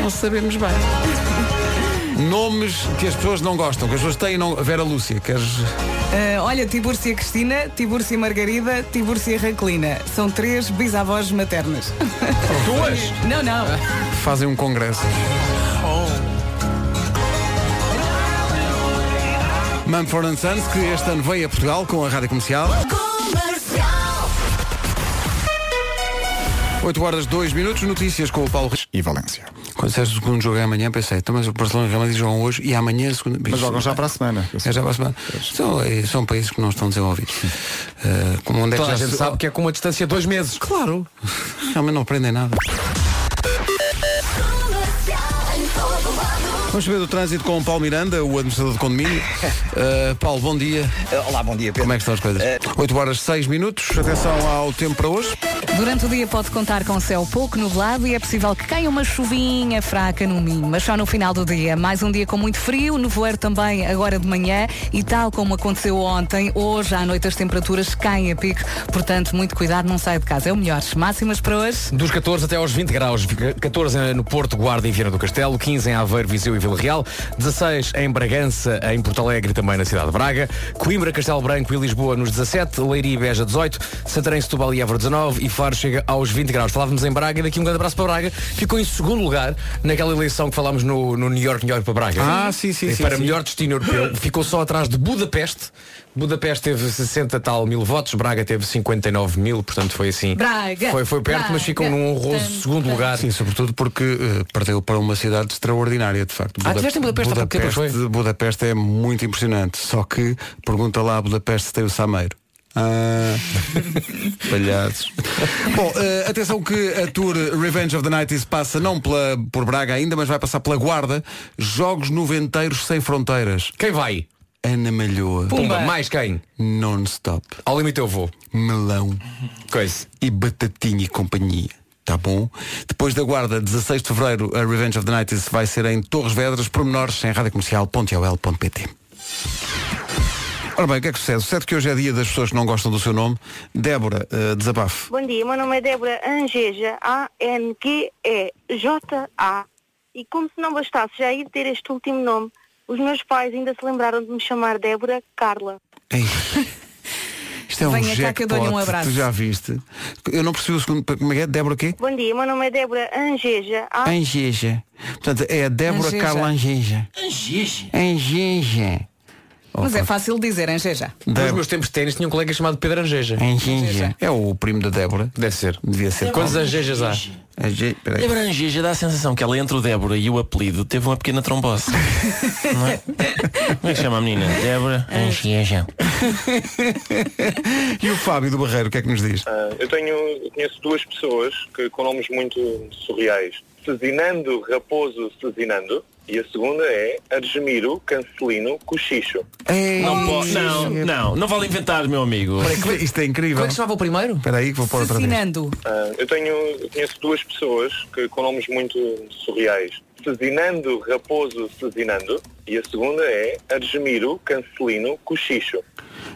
S2: não sabemos bem. Nomes que as pessoas não gostam, que as pessoas têm e não. Vera Lúcia, queres.
S4: Ah, olha, Tibúrcia Cristina, Tibúrcia Margarida, Tibúrcia Raquelina. São três bisavós maternas.
S1: Duas?
S4: Não, não.
S2: fazem um congresso? Mumford and Sons, que este ano veio a Portugal com a Rádio Comercial. 8 horas 2 minutos, notícias com o Paulo Riz.
S7: E Valência.
S2: Quando disseste o segundo jogo é amanhã, pensei, então, mas o Barcelona e o Real Madrid jogam hoje e amanhã é a segunda.
S11: Mas jogam já para a semana.
S2: É já para a semana. São, eh, são países que não estão desenvolvidos. Eh, como onde é que
S1: Toda a
S2: já
S1: gente
S2: se-
S1: sabe que é com uma distância de dois meses.
S2: Claro. Realmente não aprendem nada. Vamos saber do trânsito com o Paulo Miranda, o administrador de
S3: (laughs)
S2: condomínio. Eh, Paulo, bom dia.
S3: Olá, bom dia, Pedro. Eh,
S2: Como é que estão as coisas? 8 horas 6 minutos. Atenção ao tempo para hoje.
S4: Durante o dia pode contar com céu pouco nublado e é possível que caia uma chuvinha fraca no Minho, mas só no final do dia. Mais um dia com muito frio, nevoeiro também agora de manhã e tal como aconteceu ontem, hoje à noite as temperaturas caem a pico, portanto muito cuidado, não saia de casa, é o melhor. Máximas para hoje.
S1: Dos 14 até aos 20 graus. 14 no Porto, Guarda e Viana do Castelo. 15 em Aveiro, Viseu e Vila Real. 16 em Bragança, em Porto Alegre e também na cidade de Braga. Coimbra, Castelo Branco e Lisboa nos 17. Leiria e Beja 18. Santarém, Setúbal e Évora 19. E Faro chega aos 20 graus. Falávamos em Braga e daqui um grande abraço para Braga. Ficou em segundo lugar naquela eleição que falámos no, no New York, New York para Braga.
S2: Ah, sim, sim,
S1: E
S2: sim,
S1: Para
S2: sim.
S1: melhor destino europeu. Ficou só atrás de Budapeste. Budapeste teve 60 tal mil votos. Braga teve 59 mil. Portanto, foi assim.
S4: Braga.
S1: Foi, foi perto, mas ficam
S4: Braga.
S1: num honroso
S4: Tum,
S1: segundo lugar.
S2: Sim, sobretudo porque eh, perdeu para uma cidade extraordinária, de facto.
S1: Ah, tiveste em Budapeste há pouco tempo,
S2: Budapeste, Budapeste é muito impressionante. Só que, pergunta lá a Budapeste se tem o Sameiro.
S1: (laughs)
S2: Ah, palhaços. Bom, eh, atenção que a tour Revenge of the Night passa não pela, por Braga ainda, mas vai passar pela Guarda. Jogos Noventeiros Sem Fronteiras.
S1: Quem vai?
S2: Ana Malhoa.
S1: Pumba, mais quem?
S2: Non-stop.
S1: Ao limite eu vou.
S2: Melão.
S1: Coisa.
S2: E Batatinha e Companhia. Tá bom? Depois da guarda, 16 de Fevereiro, a Revenge of the Night vai ser em Torres Vedras, pormenores em radiocomercial.ol.pt Ora bem, o que é que sucede? Sucede que hoje é dia das pessoas que não gostam do seu nome. Débora, eh, desabafo.
S12: Bom dia, meu nome é Débora Angeja, A-N-G-E-J-A. E como se não bastasse já ir ter este último nome, os meus pais ainda se lembraram de me chamar Débora Carla.
S2: Isto é um
S12: Venha cá que eu
S2: jackpot,
S12: dou-lhe um abraço.
S2: tu já viste. Eu não percebi o segundo, como é que é? Débora quê?
S12: Bom dia, meu nome é Débora Angeja, A...
S2: Angeja. Portanto, é a Débora
S4: Angeja.
S2: Carla Angeja.
S4: Angeja.
S2: Angeja.
S4: Mas é fácil dizer, Angeja.
S1: Nos meus tempos de ténis tinha um colega chamado Pedro Angeja.
S2: Angeja. É o primo da Débora.
S1: Deve ser.
S2: Devia ser.
S1: Quantos Angejas há?
S2: Ange... É peraí.
S5: Débora Angeja dá a sensação que ela entre o Débora e o apelido teve uma
S2: (laughs)
S5: pequena trombose. Não é? Como é que chama a menina? Débora
S2: É.
S5: um Angeja.
S2: (laughs) E o Fábio do Barreiro, o que é que nos diz?
S13: Ah, eu tenho eu conheço duas pessoas que, com nomes muito surreais. Cezinando Raposo Cezinando e a segunda é Argemiro Cancelino Cochicho.
S5: Não, po- não, não, não vale inventar, meu amigo.
S2: Isto é incrível.
S1: Como é que chamava o primeiro?
S2: Espera aí que vou pôr outra vez.
S13: Ah, eu tenho eu conheço duas pessoas que, com nomes muito surreais. Cezinando Raposo Cezinando e a segunda é Argemiro Cancelino Cochicho.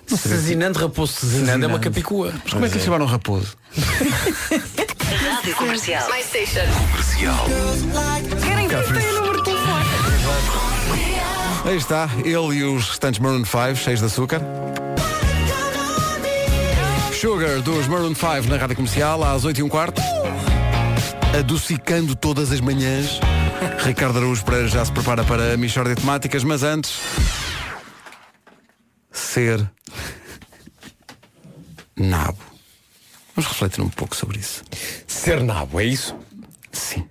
S1: Cezinando Raposo Cezinando é uma capicua. Mas
S2: como é que lhe chamaram Raposo?
S8: Rádio comercial. My station.
S4: Querem ver o teu número de telefone?
S2: Aí está, ele e os restantes Maroon 5, cheios de açúcar. Sugar dos Maroon 5 na rádio comercial às 8 e um quarto. Adocicando todas as manhãs. Ricardo Araújo Pereira já se prepara para a Michórdia de Temáticas, mas antes. Ser. Nabo. Vamos refletir um pouco sobre isso.
S1: Ser nabo, é isso?
S2: Sim.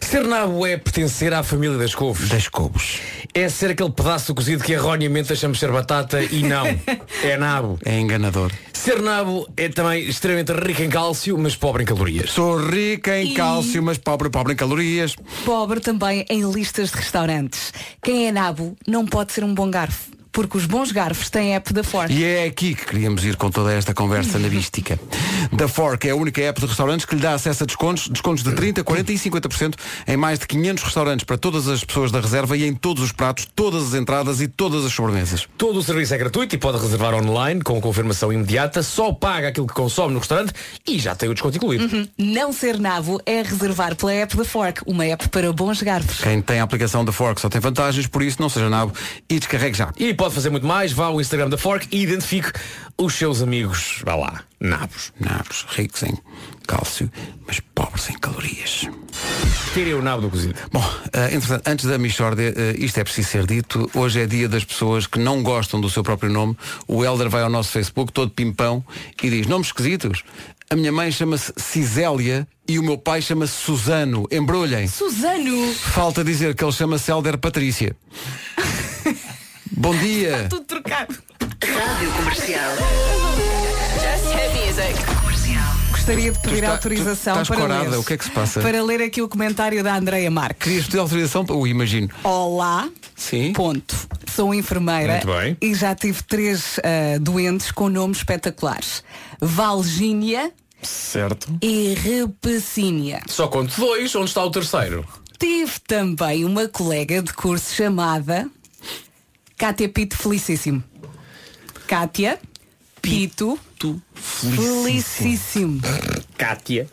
S1: Ser nabo é pertencer à família das couves.
S2: Das couves.
S1: É ser aquele pedaço do cozido que erroneamente achamos ser batata
S2: (laughs)
S1: e não. é nabo.
S2: É enganador.
S1: Ser nabo é também extremamente rico em cálcio, mas pobre em calorias.
S2: Sou rica em
S4: E-
S2: cálcio, mas pobre, pobre em calorias.
S4: Pobre também em listas de restaurantes. Quem é nabo não pode ser um bom garfo, porque os bons garfos têm app da Ford.
S2: E é aqui que queríamos ir com toda esta conversa nabística. Da Fork é a única app de restaurantes que lhe dá acesso a descontos, descontos de 30%, 40% e 50% em mais de 500 restaurantes para todas as pessoas da reserva e em todos os pratos, todas as entradas e todas as sobremesas.
S1: Todo o serviço é gratuito e pode reservar online com confirmação imediata, só paga aquilo que consome no restaurante e já tem o desconto incluído.
S4: Uhum. Não ser nabo é reservar pela app da Fork, uma app para bons garfos.
S2: Quem tem a aplicação da Fork só tem vantagens, por isso não seja nabo e descarregue já.
S1: E pode fazer muito mais, vá ao Instagram da Fork e identifique os seus amigos, vá lá, nabos.
S2: Nabos, ricos em cálcio, mas pobres em calorias.
S1: Tirem o nabo do cozido.
S2: Bom, eh, entretanto, antes da Michórdia, eh, isto é preciso ser dito. Hoje é dia das pessoas que não gostam do seu próprio nome. O Helder vai ao nosso Facebook, todo pimpão, e diz nomes esquisitos. a minha mãe chama-se Cisélia e o meu pai chama-se Suzano. Embrulhem.
S4: Suzano!
S2: Falta dizer que ele chama-se Helder Patrícia. Bom (laughs) dia.
S4: Tudo trocado.
S8: Rádio Comercial. Just hit music. Comercial.
S4: Gostaria de
S2: Tu
S4: pedir
S2: está-
S4: autorização
S2: tu estás
S4: para
S2: corada,
S4: ler.
S2: o que é que se passa?
S4: Para ler aqui o comentário da Andreia Marques.
S2: Querias pedir é autorização? para- Ui, imagino.
S4: Olá.
S2: Sim.
S4: Ponto. Sou enfermeira
S2: Muito bem.
S4: e já tive três ah, doentes com nomes espetaculares. Valgínia
S1: Certo.
S4: e Repacínia.
S1: Só conto dois, onde está o terceiro?
S4: Tive também uma colega de curso chamada Cátia Pito Felicíssimo. Cátia Pito, Felicíssimo.
S1: Cátia.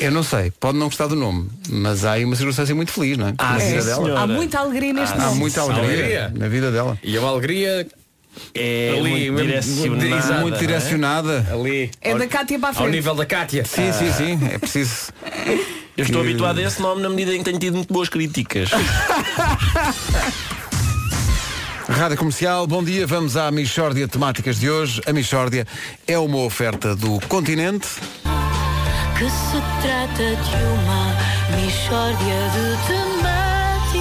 S2: Eu não sei, pode não gostar do nome, mas há aí uma circunstância muito feliz, não é?
S1: Ah,
S2: Na
S1: sim,
S2: vida
S1: senhora.
S2: dela.
S4: Há muita alegria neste
S2: Há
S4: nome.
S2: muita alegria na vida dela.
S1: E é uma alegria
S5: é muito
S1: mesmo-
S5: direcionada,
S1: dirisa-
S5: não é?
S1: Ali.
S4: É da Cátia para a
S1: Ao
S4: frente.
S1: nível da Cátia.
S2: Sim, sim, sim. É preciso.
S5: Ah. Eu estou
S1: que-
S5: habituado a esse nome na medida em que tenho tido muito boas críticas.
S2: Rádio Comercial, bom dia, vamos à Michórdia de Temáticas de hoje. A Michórdia é uma oferta do continente.
S8: Que se trata de uma mistória de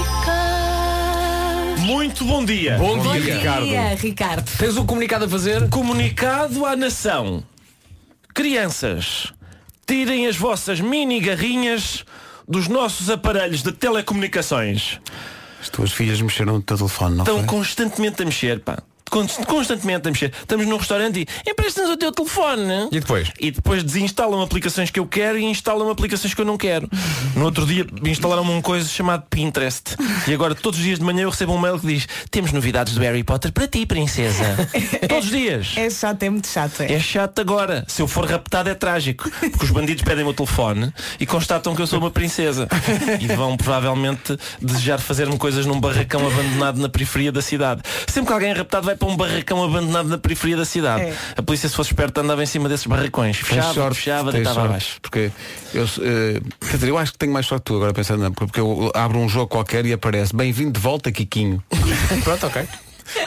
S8: temática.
S5: Muito bom dia.
S1: Bom,
S4: Bom
S1: dia, Ricardo.
S4: dia, Ricardo.
S1: Tens um comunicado a fazer?
S5: Comunicado à nação. Crianças, tirem as vossas mini garrinhas dos nossos aparelhos de telecomunicações.
S2: As tuas filhas mexeram no teu telefone, não
S5: Estão
S2: foi?
S5: constantemente a mexer, pá. Const- Constantemente a mexer. Estamos num restaurante e empresta-nos o teu telefone.
S1: E depois?
S5: E depois desinstalam aplicações que eu quero e instalam aplicações que eu
S2: (laughs)
S5: não quero. No outro dia instalaram uma coisa chamada Pinterest. E agora todos os dias de manhã eu recebo um mail que diz temos novidades do Harry Potter para
S2: (laughs)
S5: ti, princesa. todos os dias.
S4: É chato, é muito chato. É.
S5: É chato agora. Se eu for raptado é trágico. Porque os bandidos pedem o meu telefone e constatam que eu sou uma princesa. E vão provavelmente desejar fazer-me coisas num barracão abandonado na periferia da cidade. Sempre que alguém é raptado vai para um barracão abandonado na periferia da cidade.
S4: É.
S5: A polícia, se fosse esperta, andava em cima desses barracões.
S2: Tens
S5: Fechava,
S2: sorte,
S5: fechava,
S2: tens
S5: deitava
S2: sorte,
S5: abaixo.
S2: Porque eu, eh, quer dizer, eu acho que tenho mais sorte que tu agora pensando, não, porque eu abro um jogo qualquer e aparece bem-vindo de volta,
S5: (laughs)
S2: Kikinho.
S1: Pronto, ok.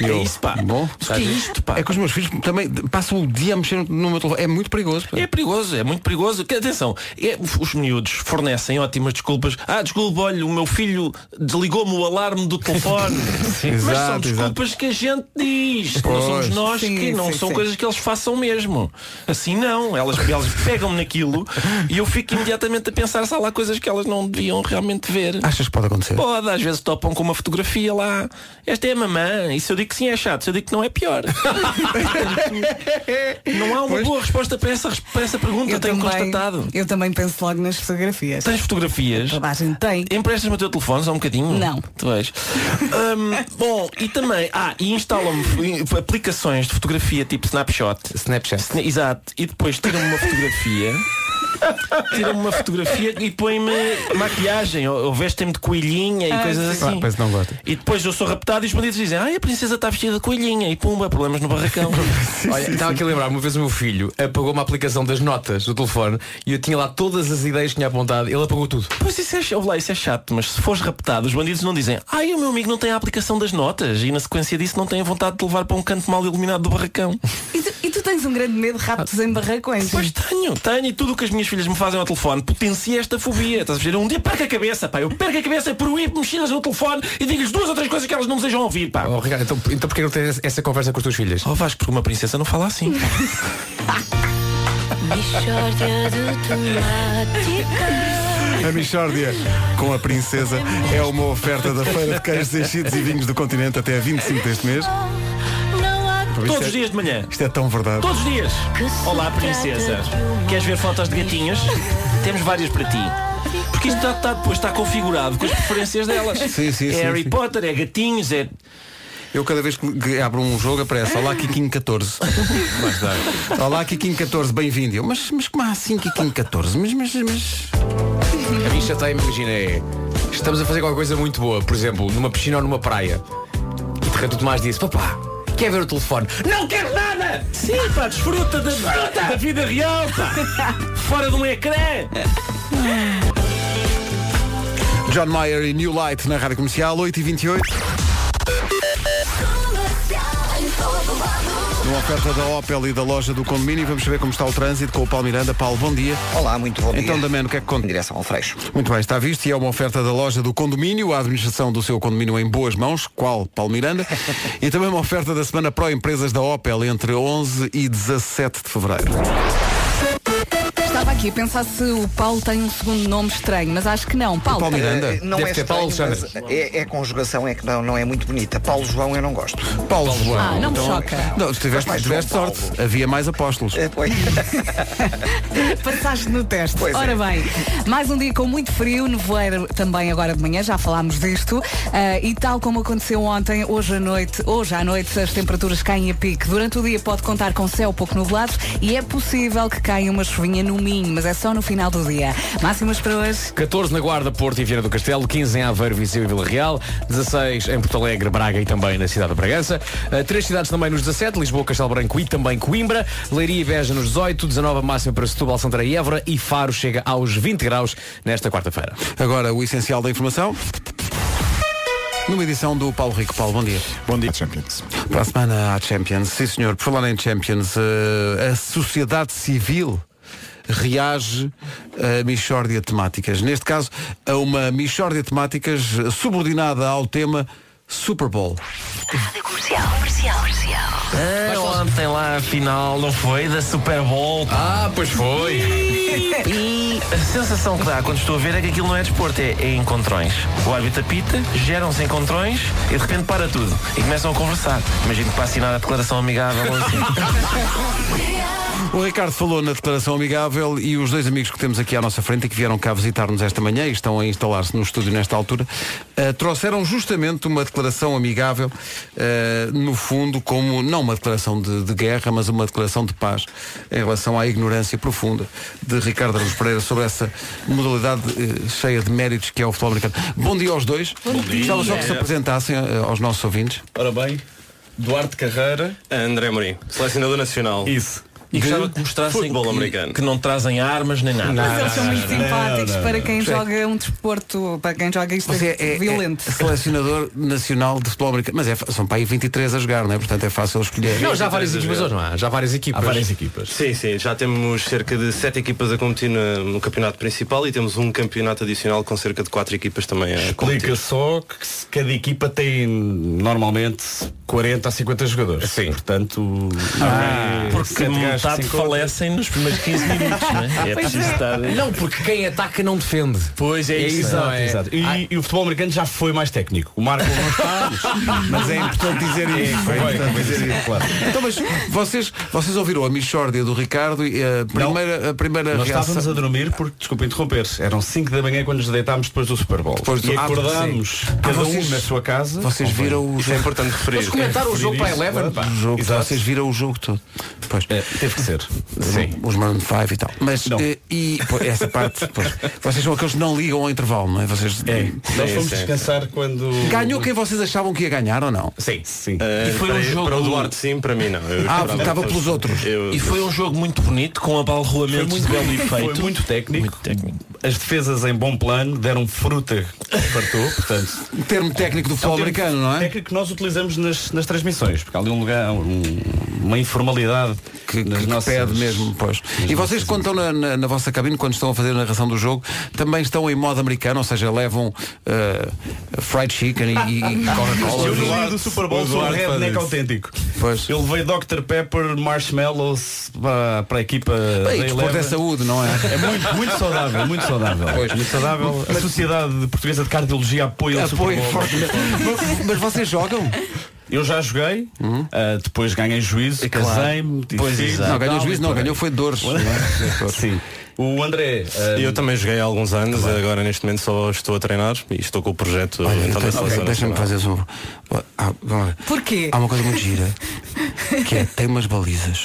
S2: E eu,
S5: É isso, pá.
S2: Bom,
S5: Que é isto, pá?
S2: é que os meus filhos também passam o dia a mexer no meu telefone. É muito perigoso. pá.
S5: É perigoso, é muito perigoso. Que, atenção, é, os miúdos fornecem ótimas desculpas. Ah, desculpa, olha, o meu filho desligou-me o alarme
S2: (laughs)
S5: do telefone. Mas são
S2: Exato, exato.
S5: desculpas que a gente diz. Não somos
S2: Pois.
S5: nós
S4: Sim,
S5: que não
S4: sim,
S5: são
S4: sim.
S5: coisas que eles façam mesmo. Assim não, elas, elas pegam-me naquilo e eu fico imediatamente a pensar se há lá coisas que elas não deviam realmente ver.
S2: Achas que pode acontecer?
S5: Pode, às vezes topam com uma fotografia lá. Esta é a mamã. E se eu digo que sim é chato, se eu digo que não é pior. (laughs)
S2: (laughs)
S5: não há uma boa resposta para essa, para essa pergunta, tenho constatado.
S4: eu também penso logo nas fotografias.
S5: Tens fotografias?
S4: Toda a gente tem.
S5: Emprestas-me o teu telefone só um bocadinho?
S4: Não.
S5: Tu és.
S4: (laughs)
S5: Hum, bom, e também, ah, e instalam-me f- aplicações de fotografia tipo Snapshot.
S1: Snapchat.
S5: Sna- Exato. E depois tiram-me uma
S4: (laughs)
S5: fotografia. Tiram-me uma fotografia e põem-me maquiagem, ou, ou vestem-me de coelhinha e
S4: Ah,
S5: coisas assim.
S2: Parece que não gosta.
S5: E depois eu sou raptado e os bandidos dizem Ai, a princesa está vestida de coelhinha E pumba, problemas no barracão tá
S1: Olha, estava aqui a lembrar, uma vez o meu filho apagou uma aplicação das notas do telefone e eu tinha lá todas as ideias que tinha apontado, ele apagou tudo.
S5: Pois isso é, ch- ouve lá, isso é chato Mas se fores raptado, os bandidos não dizem Ai, o meu amigo não tem a aplicação das notas E na sequência disso não tem a vontade de levar para um canto mal iluminado do barracão
S4: E tu, e tu tens um grande medo de raptos em barracões.
S5: Pois tenho, tenho E tudo o que as minhas filhas me fazem ao telefone Potencia esta fobia Estás a ver? Eu Um dia perco a cabeça, pá Eu perco a cabeça por ir mexidas no telefone E digo-lhes duas ou três coisas que elas não desejam ouvir, pá
S1: Oh, Ricardo, então, então porquê não tens essa conversa com as tuas filhas?
S5: Oh Vasco, porque uma princesa não fala assim
S8: Mistória de temática.
S2: A Michórdia com a Princesa é uma oferta da Feira de Queijos Enchidos e Vinhos do Continente até a 25 deste mês.
S8: Não há
S2: Isto
S5: Todos
S2: é-
S5: os dias de manhã
S2: Isto é tão verdade.
S5: Todos os dias.
S8: Que se
S5: Olá,
S8: trata
S5: princesa.
S8: de uma
S5: Queres ver fotos de (laughs) gatinhos? Temos várias para ti. Porque isto está, está- depois está configurado com as preferências delas.
S2: (laughs) Sim, sim, sim,
S5: é Harry
S2: sim.
S5: Potter, é gatinhos, é.
S2: Eu cada vez que que abro um jogo aparece Olá Kikinho 14. Olá Kikinho 14, bem-vindo. Eu, Mas, mas como há assim Kikinho 14? Mas, mas, mas...
S1: A mim já está, imagina, é. Estamos a fazer qualquer coisa muito boa, por exemplo, numa piscina ou numa praia. E de repente o Tomás disse, papá, quer ver o telefone?
S5: Não quero nada! Sim, pá, desfruta da, da vida real, (laughs) pá! Fora de um ecrã!
S2: John Mayer e New Light na Rádio Comercial, 8h28. Numa oferta da Opel e da loja do condomínio, vamos saber como está o trânsito com o Paulo Miranda. Paulo, bom dia.
S3: Olá, muito bom dia.
S2: Então, Damano, o que é que conta? Em
S3: direção ao Freixo.
S2: Muito bem, está visto e é uma oferta da loja do condomínio, a administração do seu condomínio em boas mãos, qual Paulo Miranda, e também uma oferta da semana Pro Empresas da Opel entre 11 e 17 de fevereiro.
S4: Estava aqui a pensar se o Paulo tem um segundo nome estranho, mas acho que não. Paulo.
S3: Eh, não é estranho, mas é, é a conjugação é que não, não é muito bonita. Paulo João eu não gosto.
S2: Paulo João.
S4: Ah, não me
S2: Então,
S4: choca.
S2: Não, se tiveste,
S3: Mas mais
S2: tiveste
S3: João
S2: sorte. Havia mais apóstolos.
S4: (laughs) Passaste no teste. Ora
S2: é.
S4: bem, mais um dia com muito frio, nevoeiro também agora de manhã, já falámos disto. Ah, e tal como aconteceu ontem, hoje à noite, hoje à noite as temperaturas caem a pique. Durante o dia pode contar com céu pouco nublado e é possível que caia uma chuvinha no Minho, mas é só no final do dia. Máximas para hoje.
S1: 14 na Guarda, Porto e Vieira do Castelo, 15 em Aveiro, Viseu e Vila Real, 16 em Porto Alegre, Braga e também na cidade de Bragança. Eh, Três cidades também nos 17, Lisboa, Castelo Branco e também Coimbra, Leiria e Beja nos 18, 19 a máxima para Setúbal, Santarém e Évora e Faro chega aos 20 graus nesta quarta-feira.
S2: Agora, o essencial da informação. Numa edição do Paulo Rico. Paulo, bom dia.
S11: Bom dia, Champions.
S2: Para a semana há Champions. Sim, senhor. Por falar em Champions, eh, a sociedade civil reage a Michórdia de Temáticas. Neste caso, a uma Michórdia de Temáticas subordinada ao tema Super Bowl.
S8: Comercial, comercial, comercial.
S5: Ah, ontem lá a final, não foi? Da Super Bowl.
S1: Ah, pois foi.
S5: (laughs) E a sensação que dá quando estou a ver é que aquilo não é desporto, é, é encontrões. O árbitro apita, geram-se encontrões e de repente para tudo. E começam a conversar. Imagino que para assinar a declaração amigável ou assim.
S2: O Ricardo falou na declaração amigável e os dois amigos que temos aqui à nossa frente e que vieram cá visitar-nos esta manhã e estão a instalar-se no estúdio nesta altura, eh, trouxeram justamente uma declaração amigável, eh, no fundo, como não uma declaração de, de guerra, mas uma declaração de paz em relação à ignorância profunda de Ricardo Aruz Pereira sobre essa modalidade eh, cheia de méritos que é o futebol americano. Bom dia aos dois.
S11: Bom dia.
S2: Gostava só que se apresentassem eh, aos nossos ouvintes.
S11: Ora bem, Duarte Carreira.
S7: André Mourinho, selecionador nacional. Isso.
S5: E gostava que mostrassem
S7: futebol
S5: que,
S7: americano.
S5: que não trazem armas nem nada.
S4: Mas eles são muito simpáticos para quem joga um desporto, para quem joga isto
S2: Você é, é
S4: violento.
S2: selecionador nacional de futebol americano. Mas é fa- são para aí 23 a jogar, não é? Portanto é fácil escolher.
S1: Não, já há várias equipas hoje, não há? Já há várias equipas. Há várias
S7: equipas. Sim, sim. Já temos cerca de sete equipas a competir no, no campeonato principal e temos um campeonato adicional com cerca de quatro equipas também a competir.
S11: Explica só que se cada equipa tem normalmente 40 a 50 jogadores. Sim. Portanto, é
S5: Ah, porque
S11: sete gajos que
S5: metade
S11: se encontram.
S5: falecem nos primeiros
S11: (laughs)
S5: 15 minutos, não é? É
S11: Pois
S5: preciso
S11: é.
S5: estar.
S1: Não, porque quem ataca não defende.
S11: Pois é,
S1: É
S11: isso,
S1: isso,
S11: exato,
S1: não é?
S11: exato. E, e o futebol americano já foi mais técnico.
S2: (laughs)
S11: O Marco não está,
S2: mas é importante dizer
S11: É,
S2: isso.
S11: foi
S2: é importante
S11: importante
S2: dizer
S11: dizer
S2: isso. Então, mas vocês, vocês ouviram a Michórdia do Ricardo e a primeira, a primeira
S11: Nós
S2: reação.
S11: estávamos a dormir porque, desculpa interromper-se, eram 5 da manhã quando nos deitámos depois do Super Bowl.
S2: Depois do-
S11: E
S2: Ah,
S11: acordámos
S2: sim. Ah,
S11: cada
S2: vocês-
S11: um na sua casa.
S2: Vocês
S11: Convém.
S2: viram o
S11: Isso é importante referir.
S1: Mas comentaram o jogo para
S11: Referir isso,
S1: 11,
S11: claro,
S2: O jogo,
S11: Exato. É,
S2: vocês viram o jogo todo. Pois.
S11: teve que ser.
S2: Sim. Os Maroon 5 e tal. Mas eh, e pô, essa parte, pois, vocês são aqueles que não ligam ao intervalo, não é? Vocês
S11: Nós fomos descansar quando.
S2: Ganhou quem vocês achavam que ia ganhar ou não?
S11: Sim, sim.
S7: Ah,
S5: E foi
S7: para,
S5: um jogo-
S7: para o Duarte sim, para mim não. Eu
S2: Ah,
S7: esperava-
S2: estava pelos outros.
S7: Eu-
S5: E foi um jogo muito bonito, com abalroamentos de belo efeito.
S11: Foi muito técnico. As defesas em bom plano deram fruta que fartou, portanto.
S2: O termo técnico do futebol
S11: É um termo
S2: americano, não é?
S11: Técnico que nós utilizamos nas, nas transmissões, porque há ali um lugar, um- uma informalidade que, nas
S2: que
S11: nossas-
S2: pede mesmo, pois. E vocês quando estão na, na- na vossa cabine, quando estão a fazer a narração do jogo, também estão em modo americano, ou seja, levam eh, fried chicken e, e-
S11: (laughs)
S2: e Coca-Cola.
S11: Eu no livro do Super Bowl
S2: O
S11: sou um
S2: Duarte faz
S11: redneck
S2: isso.
S11: autêntico.
S2: Pois.
S11: Eu levei Dr. Pepper, Marshmallows para, para a equipa
S2: Bem,
S11: da
S2: desporto
S11: Eleven.
S2: é saúde, não é?
S11: É muito, muito saudável, muito saudável.
S2: Pois.
S11: Muito saudável. A Sociedade Portuguesa de Cardiologia apoia o Super
S2: Apoio
S11: Bowl.
S2: fortemente. Mas- Mas vocês jogam?
S11: Eu já joguei, ah, depois ganhei juízo,
S2: claro.
S11: casei-me, tive
S2: Uhum. Pois,
S11: filhos,
S2: exato. Não, ganhou
S11: tal,
S2: juízo,
S11: e
S2: não,
S11: por aí.
S2: ganhou foi é? dores.
S11: Sim. O André. ah,
S7: Eu também joguei há alguns anos, agora neste momento só estou a treinar e estou com o projeto então, da
S2: Ok,
S7: seleção
S2: Deixa-me
S7: nacional.
S2: fazer só. Ah, vamos lá.
S4: Porquê?
S2: Há uma coisa muito gira que é tem umas
S11: (laughs)
S2: balizas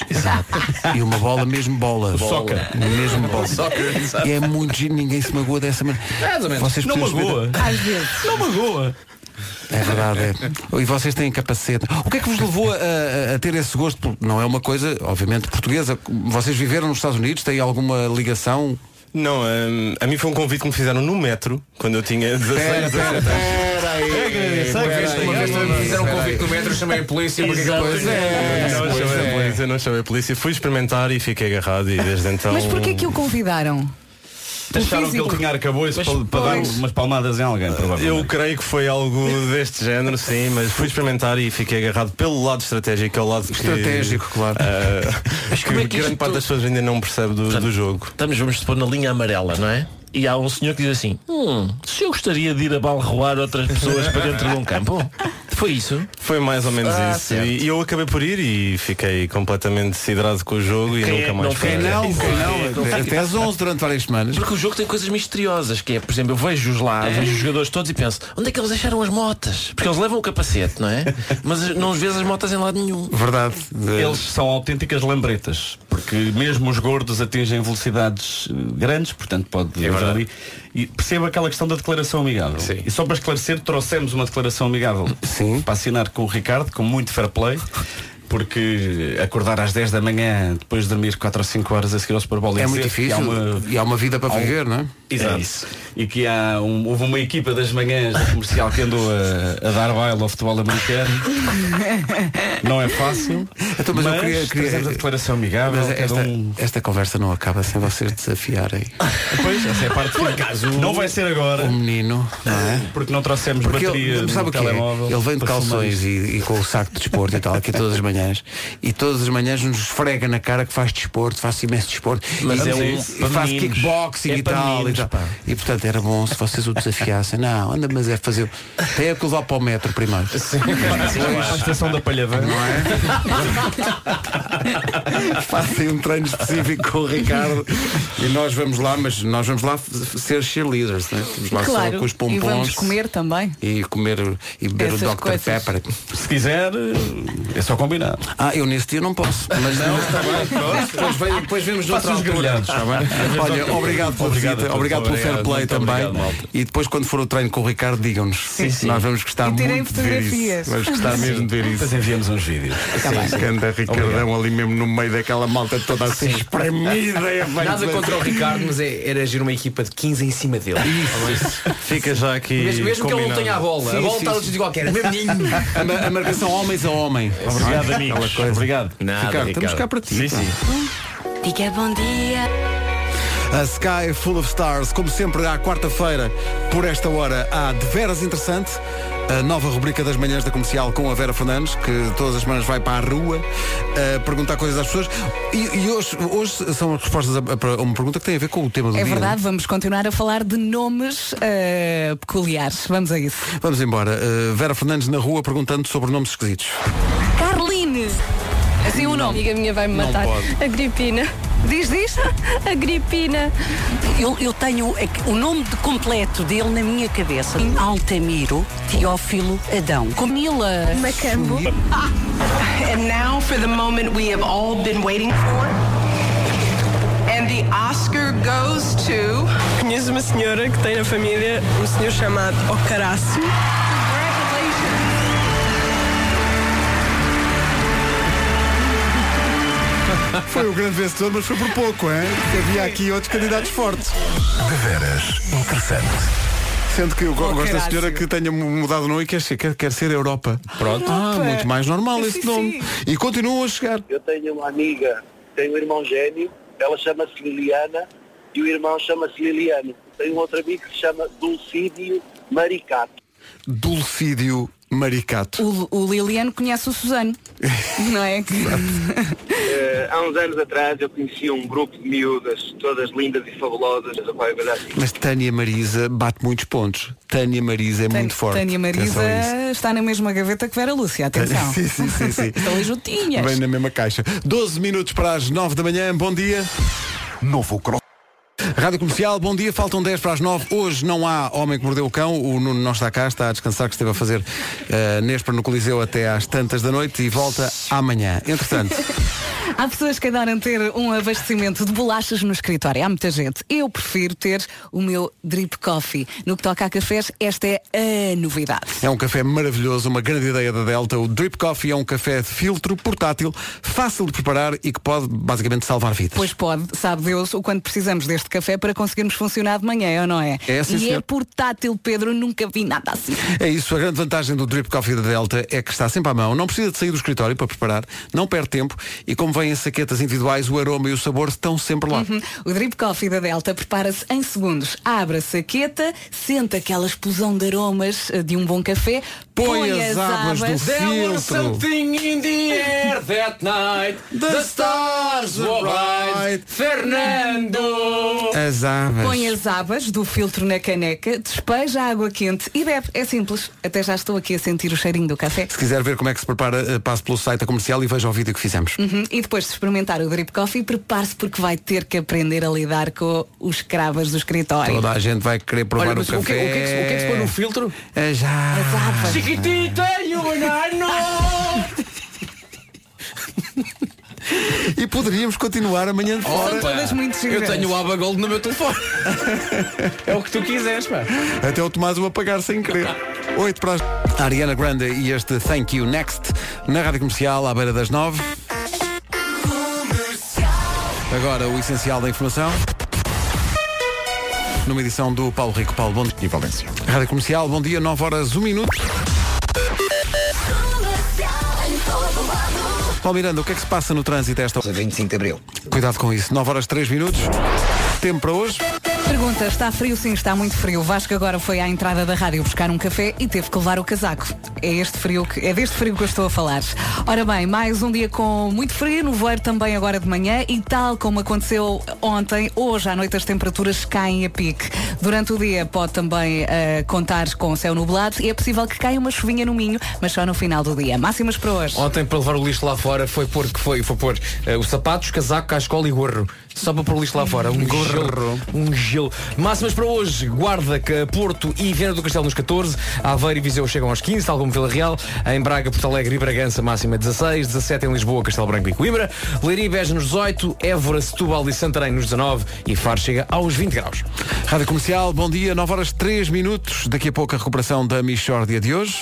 S2: e uma bola, mesmo bola.
S11: Soca.
S2: Mesmo bola.
S11: Soca, exato.
S2: E é muito giro, ninguém se magoa dessa maneira.
S11: Mais ou menos.
S2: precisam
S11: Não magoa.
S2: saber-
S4: Às vezes.
S11: Não magoa.
S2: É verdade. É. E vocês têm capacete. O que é que vos levou a, a- a ter esse gosto? Por- Não é uma coisa, obviamente, portuguesa. Vocês viveram nos Estados Unidos? Têm alguma ligação?
S7: Não, hum, a mim foi um convite que me fizeram no metro, quando eu tinha 16, 17 anos.
S1: É, Uma vez, uma vez também me fizeram um convite no metro, eu chamei a polícia porque
S7: Exato.
S1: depois é.
S7: Não,
S1: pois
S7: chamei a
S1: é.
S7: eu não chamei a polícia, fui experimentar e fiquei agarrado e desde então.
S4: Mas porquê que o convidaram?
S11: hum. Acharam que
S7: físico.
S11: ele tinha arcabouço para, para dar
S7: pois.
S11: umas palmadas em alguém, provavelmente.
S7: Eu creio que foi algo deste género, sim, mas fui experimentar e fiquei agarrado pelo lado estratégico, é o lado que,
S2: Estratégico,
S7: claro. mas como é que grande parte das pessoas ainda não percebe do, do jogo.
S5: Estamos, vamos supor, na linha amarela, não é? E há um senhor que diz assim, hum, se eu gostaria de ir a balroar outras pessoas para dentro de um campo. Foi isso?
S7: Foi mais ou menos
S5: Ah,
S7: isso.
S5: certo.
S7: E eu acabei por ir e fiquei completamente desidrado com o jogo e
S5: Quem é
S7: nunca
S5: que
S7: mais
S5: não
S7: parei.
S5: fez? Quem não?
S2: Até às 11 durante várias semanas.
S5: Porque o jogo tem coisas misteriosas, que é, por exemplo, eu vejo-os lá, vejo os jogadores todos e penso, onde é que eles deixaram as motas? Porque eles levam o capacete,
S11: (laughs)
S5: não é? Mas não vês as motas em lado nenhum.
S2: Verdade.
S11: Eles são autênticas lambretas, porque mesmo os gordos atingem velocidades eh, grandes, portanto pode
S5: É verdade.
S11: ali. E perceba aquela questão da declaração amigável. E só para esclarecer, trouxemos uma declaração amigável para assinar com o Ricardo, com muito fair play. Porque acordar às 10 da manhã, depois de dormir 4 ou 5 horas a seguir ao Super Bowl e
S2: É
S11: dizer
S2: muito
S11: que
S2: difícil. E há uma vida para
S11: há um-
S2: viver, não é?
S11: Exato. E que há um- houve uma equipa das manhãs da comercial que andou a, a dar baile ao futebol americano. Não é fácil.
S2: Então, mas, eu queria, queria
S11: trazemos a declaração amigável.
S2: Mas é
S11: cada
S2: esta,
S11: um-
S2: esta conversa não acaba sem vocês desafiarem.
S11: Pois, essa é a parte Por acaso, não vai ser agora.
S2: O menino, não é?
S11: Eh, Porque não trouxemos
S2: Porque
S11: bateria
S2: ele, sabe
S11: no
S2: o que é?
S11: telemóvel.
S2: Ele vem de
S11: para
S2: (laughs) calções
S11: filmar.
S2: e, e com o saco de desporto e tal, aqui todas as manhãs. E todas as manhãs nos esfrega na cara que faz desporto, faz imenso desporto.
S5: Mas
S2: e,
S5: é um-
S2: e
S5: para
S2: faz
S5: meninos.
S2: kickboxing
S5: É
S2: e
S5: para
S2: tal. e,
S5: meninos,
S2: tal.
S5: pá.
S2: E, portanto era bom se vocês o desafiassem. Não, anda, mas é fazer. Tem é que levar para o metro primeiro. um
S11: Para a
S4: um
S11: estação da Palhavã. Não é?
S2: (laughs) Fazem um treino específico com o Ricardo e nós vamos lá, mas nós vamos lá f- ser cheerleaders, né? Vamos lá só
S4: claro.
S2: com os
S4: e vamos
S2: pompons
S4: comer também.
S2: e comer e beber
S4: Essas
S2: o Dr.
S4: coisas.
S2: Pepper.
S11: Se quiser, é só combinar. tá
S2: Ah, eu nesse dia não posso. Mas não, está bem. Depois, vem- depois vemos no
S11: Faça os grelhados. tá
S2: Está bem? Olha, obrigado pela
S11: Obrigado a
S2: visita,
S11: todos.
S2: obrigado pelo
S11: Obrigado,
S2: fair play
S11: muito
S2: também.
S11: obrigado, malta.
S2: e depois quando for o treino com o Ricardo, digam-nos.
S11: sim.
S2: Nós vamos gostar
S11: E tirem
S2: muito de ver
S11: fotografias.
S2: isso. Vamos gostar
S11: Sim.
S2: mesmo de ver isso.
S11: Depois enviamos uns vídeos.
S2: Tá bem. Anda Ricardão ali mesmo no meio daquela malta toda assim espremida. é bem
S1: Nada
S2: doido.
S1: contra o Ricardo, mas é, era agir uma equipa de 15 em cima dele.
S7: Fica já aqui.
S1: Mesmo, mesmo que ele não
S7: combinado.
S1: tenha a bola. a
S2: Sim,
S1: bola
S2: sim,
S1: está no
S2: sim.
S1: sítio qualquer. é mesmo ninho. É
S2: A, ma- a marcação homens a homem.
S1: Obrigado,
S2: Aquela
S1: amigos.
S2: coisa.
S1: Obrigado. Nada,
S2: Ricardo, estamos
S1: Ricardo.
S2: cá para ti.
S1: Sim,
S2: pá.
S1: sim.
S8: Diga bom dia.
S2: A Sky é Full of Stars, como sempre, à quarta-feira, por esta hora, há de veras interessante. A nova rubrica das manhãs da comercial com a Vera Fernandes, que todas as semanas vai para a rua eh, perguntar coisas às pessoas. E, e hoje, hoje são as respostas a, a- a uma pergunta que tem a ver com o tema do
S4: É
S2: dia.
S4: verdade, vamos continuar a falar de nomes eh, peculiares. Vamos a isso.
S2: Vamos embora. Eh, Vera Fernandes na rua perguntando sobre nomes esquisitos.
S14: Carline.
S4: Assim o nome.
S14: Amiga minha vai-me
S2: Não
S14: matar.
S2: pode.
S14: Agripina.
S4: Diz, diz.
S14: Agripina.
S15: Eu, eu tenho é que o nome de completo dele na minha cabeça. Altamiro Teófilo Adão. Comila. (laughs) Macambo.
S16: And now for the moment we have all been waiting for. And the Oscar goes to.
S17: Conheço uma senhora que tem na família um senhor chamado Ocaraço.
S2: Foi o grande vencedor, mas foi por pouco, hein? Havia aqui outros candidatos fortes.
S18: De veras interessante.
S2: Sendo que eu go-
S18: Oh,
S2: gosto da
S18: Horácio.
S2: senhora que tenha mu- mudado o nome e quer ser, quer, quer ser Europa.
S18: Pronto.
S2: Ah,
S18: Europa.
S2: muito mais normal esse
S18: Sim,
S2: nome. E continuam a chegar.
S19: Eu tenho uma amiga, tenho um irmão gêmeo, ela chama-se Liliana e o irmão chama-se Liliano. Tenho um outro amigo que se chama Dulcídio Maricato.
S2: Dulcídio Maricato.
S4: O, o Liliano conhece
S2: (laughs)
S4: o Suzano. Não é?
S20: Eh, há uns anos atrás eu conheci um grupo de miúdas, todas lindas e fabulosas. Rapaz, olha assim.
S2: Mas Tânia Marisa bate muitos pontos. Tânia Marisa é muito forte.
S4: Tânia
S2: Atenção a isso.
S4: Marisa está na mesma gaveta que Vera Lúcia.
S2: (laughs)
S4: Atenção.
S2: Sim, sim, sim, sim.
S4: Estão ali juntinhas.
S2: Vem na mesma caixa. 12 minutos para as 9 da manhã. Bom dia. Novo Cro. Rádio Comercial, bom dia, faltam 10 para as 9 Hoje não há Homem que Mordeu o Cão O Nuno não está cá, está a descansar Que esteve a fazer uh, Nespra no Coliseu até às tantas da noite E volta amanhã Entretanto,
S4: Há pessoas que adoram ter um abastecimento de bolachas no escritório. Há muita gente. Eu prefiro ter o meu drip coffee. No que toca a cafés, esta é a novidade.
S2: É um café maravilhoso, uma grande ideia da Delta. O Drip Coffee é um café de filtro portátil, fácil de preparar e que pode basicamente salvar vidas.
S4: Pois pode, sabe Deus, o quanto precisamos deste café para conseguirmos funcionar de manhã, ou não é?
S2: É, sim,
S4: e é
S2: senhor.
S4: portátil, Pedro, nunca vi nada assim.
S2: É isso, a grande vantagem do Drip Coffee da Delta é que está sempre à mão, não precisa de sair do escritório para preparar, não perde tempo e como vêm em saquetas individuais, o aroma e o sabor estão sempre lá.
S4: Uhum. O Drip Coffee da Delta prepara-se em segundos. Abre a saqueta, sente aquela explosão de aromas eh, de um bom café, põe, as, abas,
S1: um in the air that night. The stars were bright. Fernando.
S2: As abas.
S4: Põe as abas do filtro na caneca, despeja a água quente e bebe. É simples. Até já estou aqui a sentir o cheirinho do café.
S2: Se quiser ver como é que se prepara, eh, passe pelo site da comercial e veja o vídeo que fizemos.
S4: Uhum. E depois de experimentar o Drip Coffee, prepare-se porque vai ter que aprender a lidar com os cravas do escritório.
S2: Toda a gente vai querer provar
S4: Olha,
S2: o
S4: mas
S2: café.
S4: o que- o que é que se- o que é que se põe no
S2: filtro? já.
S1: Chiquitita e o banano.
S2: E poderíamos continuar amanhã de fora.
S1: Eu tenho o Aba Gold no meu telefone. (laughs) é o que tu quiseres, pá.
S2: Até o Tomás o apagar sem querer. 8 para as... A Ariana Grande e este Thank You Next na Rádio Comercial à beira das 9. Agora o essencial da informação. Numa edição do Paulo Rico. Paulo, bom dia. E Valência. Rádio Comercial, bom dia, 9 horas, 1 minuto. Paulo Miranda, o que é que se passa no trânsito a esta hora?
S3: 25 de Abril.
S2: Cuidado com isso. 9 horas, 3 minutos. Tempo para hoje.
S4: Pergunta, está frio? Sim, está muito frio. Vasco agora foi à entrada da rádio buscar um café e teve que levar o casaco. É este frio que, é deste frio que eu estou a falar. Ora bem, mais um dia com muito frio, no voeiro também agora de manhã e tal como aconteceu ontem, hoje à noite as temperaturas caem a pique. Durante o dia pode também eh, contar com céu nublado e é possível que caia uma chuvinha no Minho, mas só no final do dia. Máximas para hoje.
S1: Ontem para levar o lixo lá fora foi pôr que foi, foi pôr eh, os sapatos, casaco, cascola e gorro. Só para pôr o lixo lá fora. Um gorro. Um gelo. Máximas para hoje, Guarda, que- Porto e Viana do Castelo nos 14, Aveiro e Viseu chegam aos 15, tal como Vila Real, em Braga, Porto Alegre e Bragança máxima 16, 17 em Lisboa, Castelo Branco e Coimbra, Leiria e Beja nos 18, Évora, Setúbal e Santarém nos 19 e Faro chega aos 20 graus.
S2: Rádio Comercial, bom dia, 9 horas 3 minutos. Daqui a pouco a recuperação da Michórdia de hoje.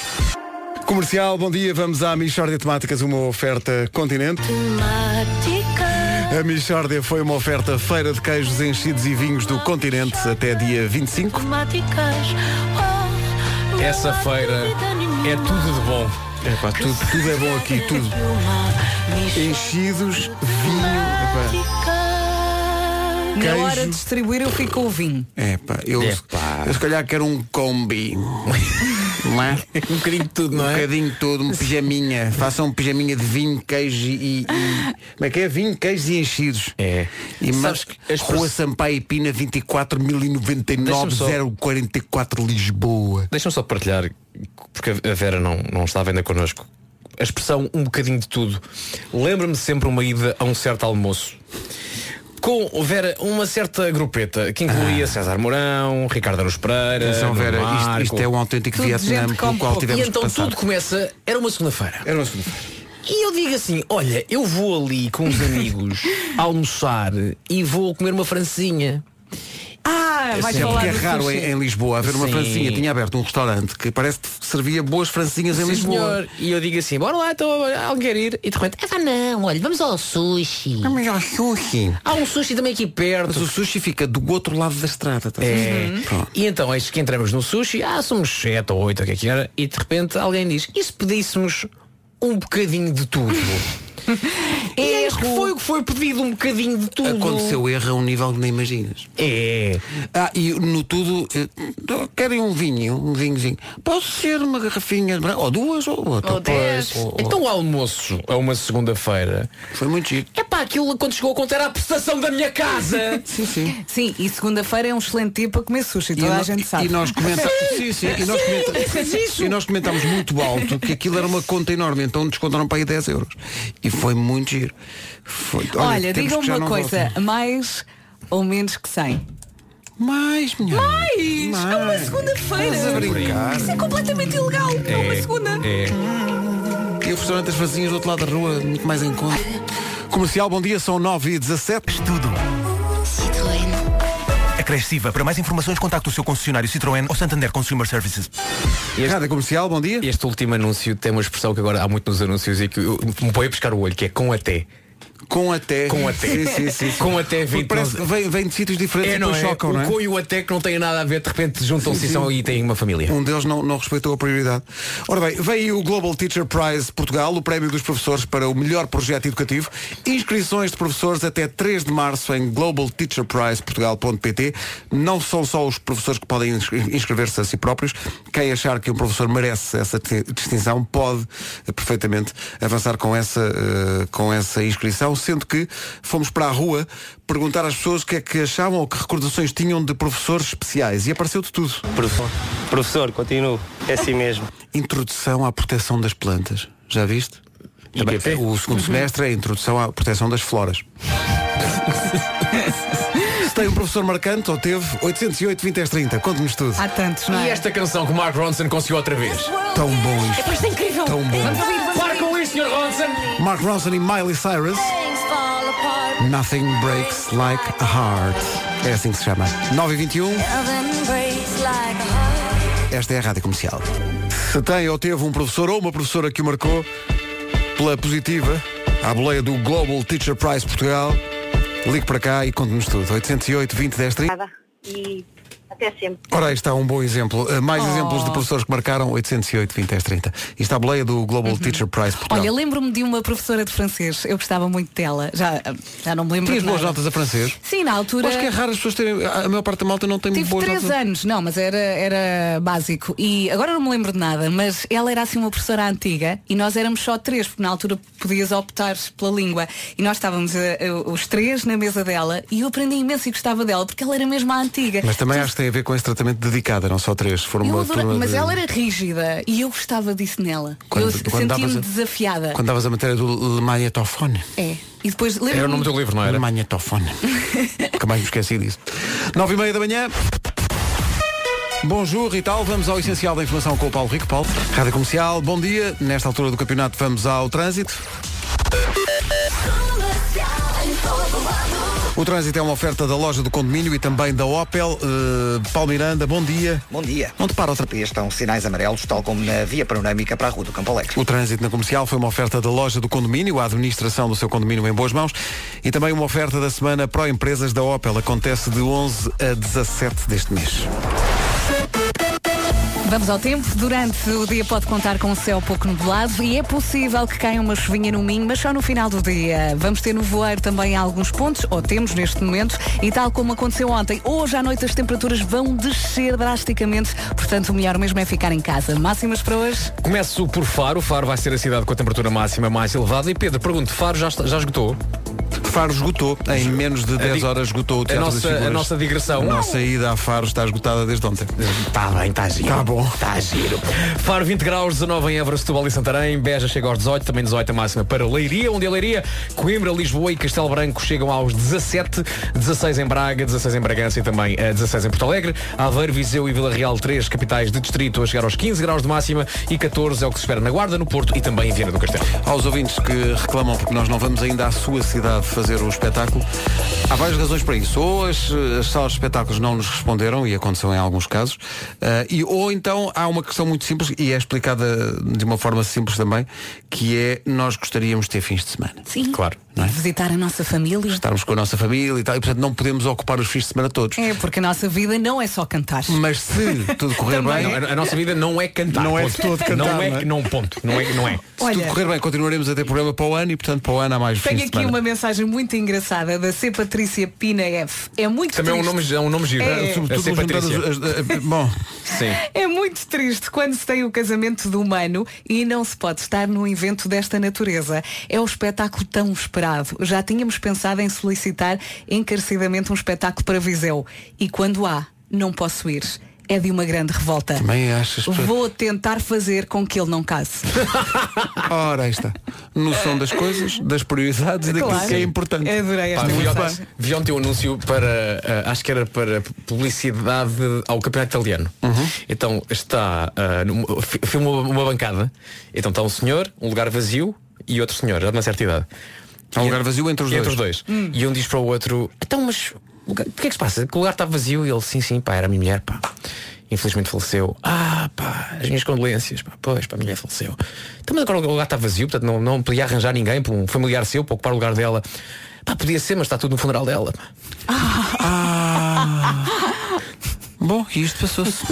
S2: Comercial, bom dia, vamos à Michórdia Temáticas, uma oferta continente. A Michórdia foi uma oferta feira de queijos enchidos e vinhos do continente até dia 25.
S1: Essa feira é tudo de bom.
S2: tudo, tudo é bom aqui, tudo. Enchidos, vinho.
S4: Na
S2: Queijo.
S4: hora de distribuir eu fico com o vinho.
S2: É pá, eu, eu se calhar quero um (laughs) combi. Não é? Um bocadinho de tudo, não é? Um bocadinho de tudo, um pijaminha. Faça um pijaminha de vinho, queijo e. e- como é que é? Vinho, queijo e enchidos. É. E
S1: Sabes
S2: mas
S1: que as
S2: Rua
S1: pessoas-
S2: Sampaio e Pina
S1: Deixa-me só-
S2: 24.099-044 Lisboa.
S1: Deixa-me só partilhar, porque a Vera não, não estava ainda connosco. A expressão um bocadinho de tudo. Lembra-me sempre uma ida a um certo almoço. Com, Vera, uma certa grupeta que incluía César Mourão, Ricardo Aruz Pereira.
S2: Ah. Atenção,
S1: Nuno
S2: Vera, isto-
S1: Marco.
S2: isto é um autêntico
S1: Tudo
S2: Vietnã
S1: gente
S2: pelo
S1: come
S2: qual
S1: pouco.
S2: tivemos
S1: E
S2: que
S1: então
S2: passar.
S1: tudo começa, era uma segunda-feira.
S2: Era uma segunda-feira.
S1: E eu digo assim, olha, eu vou ali com os
S2: (laughs)
S1: amigos almoçar e vou comer uma francinha.
S4: Ah,
S2: É
S1: vais
S2: sempre
S1: falar
S2: que é
S1: do
S2: raro
S1: sushi.
S2: em, em Lisboa haver uma
S1: Sim.
S2: francinha. Tinha aberto um restaurante que parece que servia boas francinhas em
S1: Sim,
S2: Lisboa.
S1: senhor. E eu digo assim, bora lá, então, alguém quer ir. E de repente, ah, vá não, olha, vamos ao sushi.
S2: Vamos ao sushi.
S1: Há um sushi também aqui perto.
S2: Mas o sushi fica do outro lado da estrada. tá estás a
S1: É.
S2: ver?
S1: E então é isso que entramos no sushi, ah, somos 7 ou 8, o que é que era, e de repente alguém diz, e se pedíssemos um bocadinho de
S2: (laughs)
S1: tudo? e é isso que foi o que foi pedido um bocadinho de tudo.
S2: Aconteceu erro a um nível que nem imaginas.
S1: É.
S2: Ah, e no tudo, eh, querem um vinho, um vinhozinho. Posso ser uma garrafinha de branco, ou duas, ou outra.
S1: Ou dez. Então o almoço a uma segunda-feira
S2: foi muito giro.
S1: É pá, aquilo quando chegou a contar a prestação da minha casa.
S2: (laughs) sim, sim.
S4: Sim, e segunda-feira é um excelente dia para comer sushi,
S2: e
S4: toda a
S2: no-
S4: gente sabe.
S2: e nós
S1: (laughs)
S4: (laughs)
S2: comenta- Sim, sim, e nós comenta-
S4: fez isso. é
S2: e nós comentámos muito alto que aquilo era uma conta enorme, então descontaram para aí 10 euros. E foi muito giro. Foi-
S4: Olha,
S2: temos
S4: digam
S2: que um
S4: me
S2: já
S4: uma
S2: não
S4: coisa,
S2: volta.
S4: mais ou menos que 100?
S2: Mais, minha.
S4: Mais! É uma
S2: Mais.
S4: segunda-feira!
S2: Estás a
S6: né?
S2: brincar.
S4: Isso é completamente ilegal! É, uma segunda!
S2: E o restaurante das Fazinhas do outro lado da rua, muito mais em conta. Comercial, bom dia, são 9 e 17 Estudo.
S6: A creche Siva. Para mais informações, contacte o seu concessionário Citroën ou Santander Consumer Services.
S2: Rádio Comercial, bom dia.
S1: Este último anúncio tem uma expressão que agora há muito nos anúncios e que eu- me põe a pescar o olho, que é com até.
S2: Com até.
S1: Com até.
S2: Sim, sim, sim, sim.
S1: Com até
S2: Porque
S1: 20.
S2: Parece que vem, vem de sítios diferentes
S1: É,
S2: e
S1: não
S2: depois
S1: é?
S2: chocam,
S1: o
S2: não é?
S1: com e o até que não têm nada a ver, de repente juntam-se e,
S2: Sim,
S1: são,
S2: sim.
S1: e têm uma família.
S2: Um deles não, não respeitou a prioridade. Ora bem, veio o Global Teacher Prize Portugal, o prémio dos professores para o melhor projeto educativo. Inscrições de professores até 3 de março em globalteacherprizeportugal.pt. Não são só os professores que podem inscre- inscrever-se a si próprios. Quem achar que um professor merece essa te- distinção pode eh, perfeitamente avançar com essa, eh, com essa inscrição, sendo que fomos para a rua perguntar às pessoas o que é que achavam ou que recordações tinham de professores especiais e apareceu de tudo.
S6: Professor, professor, continuo. É assim mesmo.
S2: Introdução à proteção das plantas. Já viste? Também,
S6: IPP?
S2: o segundo semestre é a introdução à proteção das floras. Se tem um professor marcante, ou teve, 808 20 às 30. Conte-nos tudo.
S4: Há tantos, não é?
S1: E esta canção que o Mark Ronson conseguiu outra vez.
S2: Tão bom isto.
S1: pois é incrível.
S2: Tão bom.
S1: Vamos ouvir, vamos Para com isto, Sr. Ronson.
S2: Mark Ronson e Miley Cyrus. Nothing breaks like a heart. É assim que se chama. 9 e 21. Esta é a Rádio Comercial. Se tem ou teve um professor ou uma professora que o marcou pela positiva, à boleia do Global Teacher Prize Portugal, ligue para cá e conte-nos tudo. 808 20 10 30.
S12: Nada. E até sempre.
S2: Ora, aí está um bom exemplo. Uh, mais
S4: Oh.
S2: exemplos de professores que marcaram 808 20 10 30. Isto à boleia do Global
S4: Uhum.
S2: Teacher Prize Portugal.
S4: Olha, lembro-me de uma professora de francês. Eu gostava muito dela. Já, já não me lembro
S2: Tinhas
S4: de nada.
S2: boas notas a francês?
S4: Sim, na altura.
S2: Acho que é raro as pessoas terem. A maior parte da malta não tem
S4: Tive
S2: boas
S4: três
S2: notas.
S4: anos, não, mas era, era básico. E agora não me lembro de nada, mas ela era assim uma professora antiga e nós éramos só três, porque na altura podias optar pela língua. E nós estávamos eh, os três na mesa dela e eu aprendi imenso e gostava dela, porque ela era mesmo a antiga.
S2: Mas também acho que tem a ver com esse tratamento dedicado, não só três. Foram
S4: Eu
S2: uma
S4: adora-
S2: turma
S4: mas
S2: de-
S4: ela era rígida e eu gostava disso nela.
S2: Quando-
S4: eu
S2: quando
S4: sentia-me
S2: davas a-
S4: desafiada.
S2: Quando davas a matéria do Le Magnetofone.
S4: É. E depois lembro-me-
S2: livro, não era? um Le (laughs) Magnetofone. Nunca mais me esqueci disso. Nove e meia da manhã. Bonjour e tal, vamos ao essencial da informação com o Paulo Rico. Paulo, Rádio Comercial, bom dia. Nesta altura do campeonato vamos ao trânsito. O trânsito é uma oferta da loja do condomínio e também da Opel. Eh, Paulo Miranda, bom dia.
S3: Bom dia.
S2: Onde para outra?
S3: Estão sinais amarelos, tal como na via panorâmica para a Rua do Campo Alegre.
S2: O trânsito na comercial foi uma oferta da loja do condomínio, a administração do seu condomínio em boas mãos e também uma oferta da semana Pro Empresas da Opel. Acontece de 11 a 17 deste mês.
S4: Vamos ao tempo. Durante o dia pode contar com o céu pouco nublado e é possível que caia uma chuvinha no Minho, mas só no final do dia. Vamos ter nevoeiro também em alguns pontos, ou temos neste momento, e tal como aconteceu ontem, hoje à noite as temperaturas vão descer drasticamente, portanto o melhor mesmo é ficar em casa. Máximas para hoje?
S1: Começo por Faro. Faro vai ser a cidade com a temperatura máxima mais elevada. E Pedro, pergunto, Faro já, está- já esgotou?
S2: Faro esgotou. Em menos de
S1: A
S2: 10
S1: di-
S2: horas esgotou o
S1: a
S2: Teatro das
S1: nossa, a
S2: Figuras.
S1: nossa digressão.
S2: A nossa ida a Faro está esgotada desde ontem.
S1: Está Tá bem, está giro.
S2: Está bom.
S1: Está giro. Faro 20 graus, 19 em Évora, Setúbal e Santarém. Beja chega aos 18, também 18 a máxima para Leiria, onde é Leiria. Coimbra, Lisboa e Castelo Branco chegam aos 17, 16 em Braga, 16 em Bragança e também eh, 16 em Porto Alegre. Aveiro, Viseu e Vila Real, três capitais de distrito, a chegar aos 15 graus de máxima e 14 é o que se espera na Guarda, no Porto e também em Viana do Castelo.
S2: Aos ouvintes que reclamam porque nós não vamos ainda à sua cidade fazer o espetáculo, há várias razões para isso. Ou as, as salas de espetáculos não nos responderam, e aconteceu em alguns casos, ah, e, ou então há uma questão muito simples, e é explicada de uma forma simples também, que é nós gostaríamos de ter fins de semana.
S4: Sim.
S1: Claro.
S4: Visitar a nossa família.
S2: é? Estarmos com a nossa família e tal, e portanto não podemos ocupar os fins de semana todos.
S4: É, porque a nossa vida não é só cantar.
S2: Mas se tudo correr bem,
S1: Não, a, a nossa vida não é cantar.
S2: Não é
S1: ponto.
S2: todo cantar,
S1: Não é,
S2: não é?
S1: não, ponto. Não é, não é.
S2: se
S4: Olha-
S2: tudo correr bem, continuaremos a ter programa para o ano e portanto para o ano há mais fins
S4: Tenho
S2: de
S4: aqui
S2: semana.
S4: uma mensagem muito engraçada da C. Patrícia Pina F. É muito
S1: Também é um
S4: triste.
S1: nome, é um nome giro.
S4: É.
S1: A ser
S2: Sobretudo juntando
S1: Patrícia.
S2: as- as- as- bom,
S1: Sim.
S4: É muito triste quando se tem o casamento do humano e não se pode estar num evento desta natureza. É um espetáculo tão esperado. Já tínhamos pensado em solicitar encarecidamente um espetáculo para Viseu. E quando há, não posso ir. É de uma grande revolta.
S2: Também achas que-
S4: Vou tentar fazer com que ele não case.
S2: Ora, aí está. Noção das coisas, das prioridades e daquilo
S4: Claro.
S2: que é importante.
S4: Adorei
S1: Pá,
S4: esta
S1: vi,
S4: mensagem.
S1: ontem, vi ontem um anúncio para, ah, acho que era para publicidade ao campeonato italiano. Então está, ah, num- fi- filma uma, uma bancada, então está um senhor, um lugar vazio e outro senhor, já de uma certa idade.
S2: Há um
S1: E- é-
S2: lugar vazio entre os
S1: entre
S2: dois.
S1: os dois. E um diz para o outro, então mas o que o que é que se passa? Que o lugar está vazio e ele, sim, sim, pá, era a minha mulher, pá. Infelizmente faleceu. Ah, pá, as minhas condolências. Pá, pois, pá, a mulher faleceu. Então, mas agora o lugar está vazio, portanto não, não podia arranjar ninguém para um familiar seu para ocupar o lugar dela. Pá, podia ser, mas está tudo no funeral dela. pá.
S2: Ah. Bom, e isto passou-se.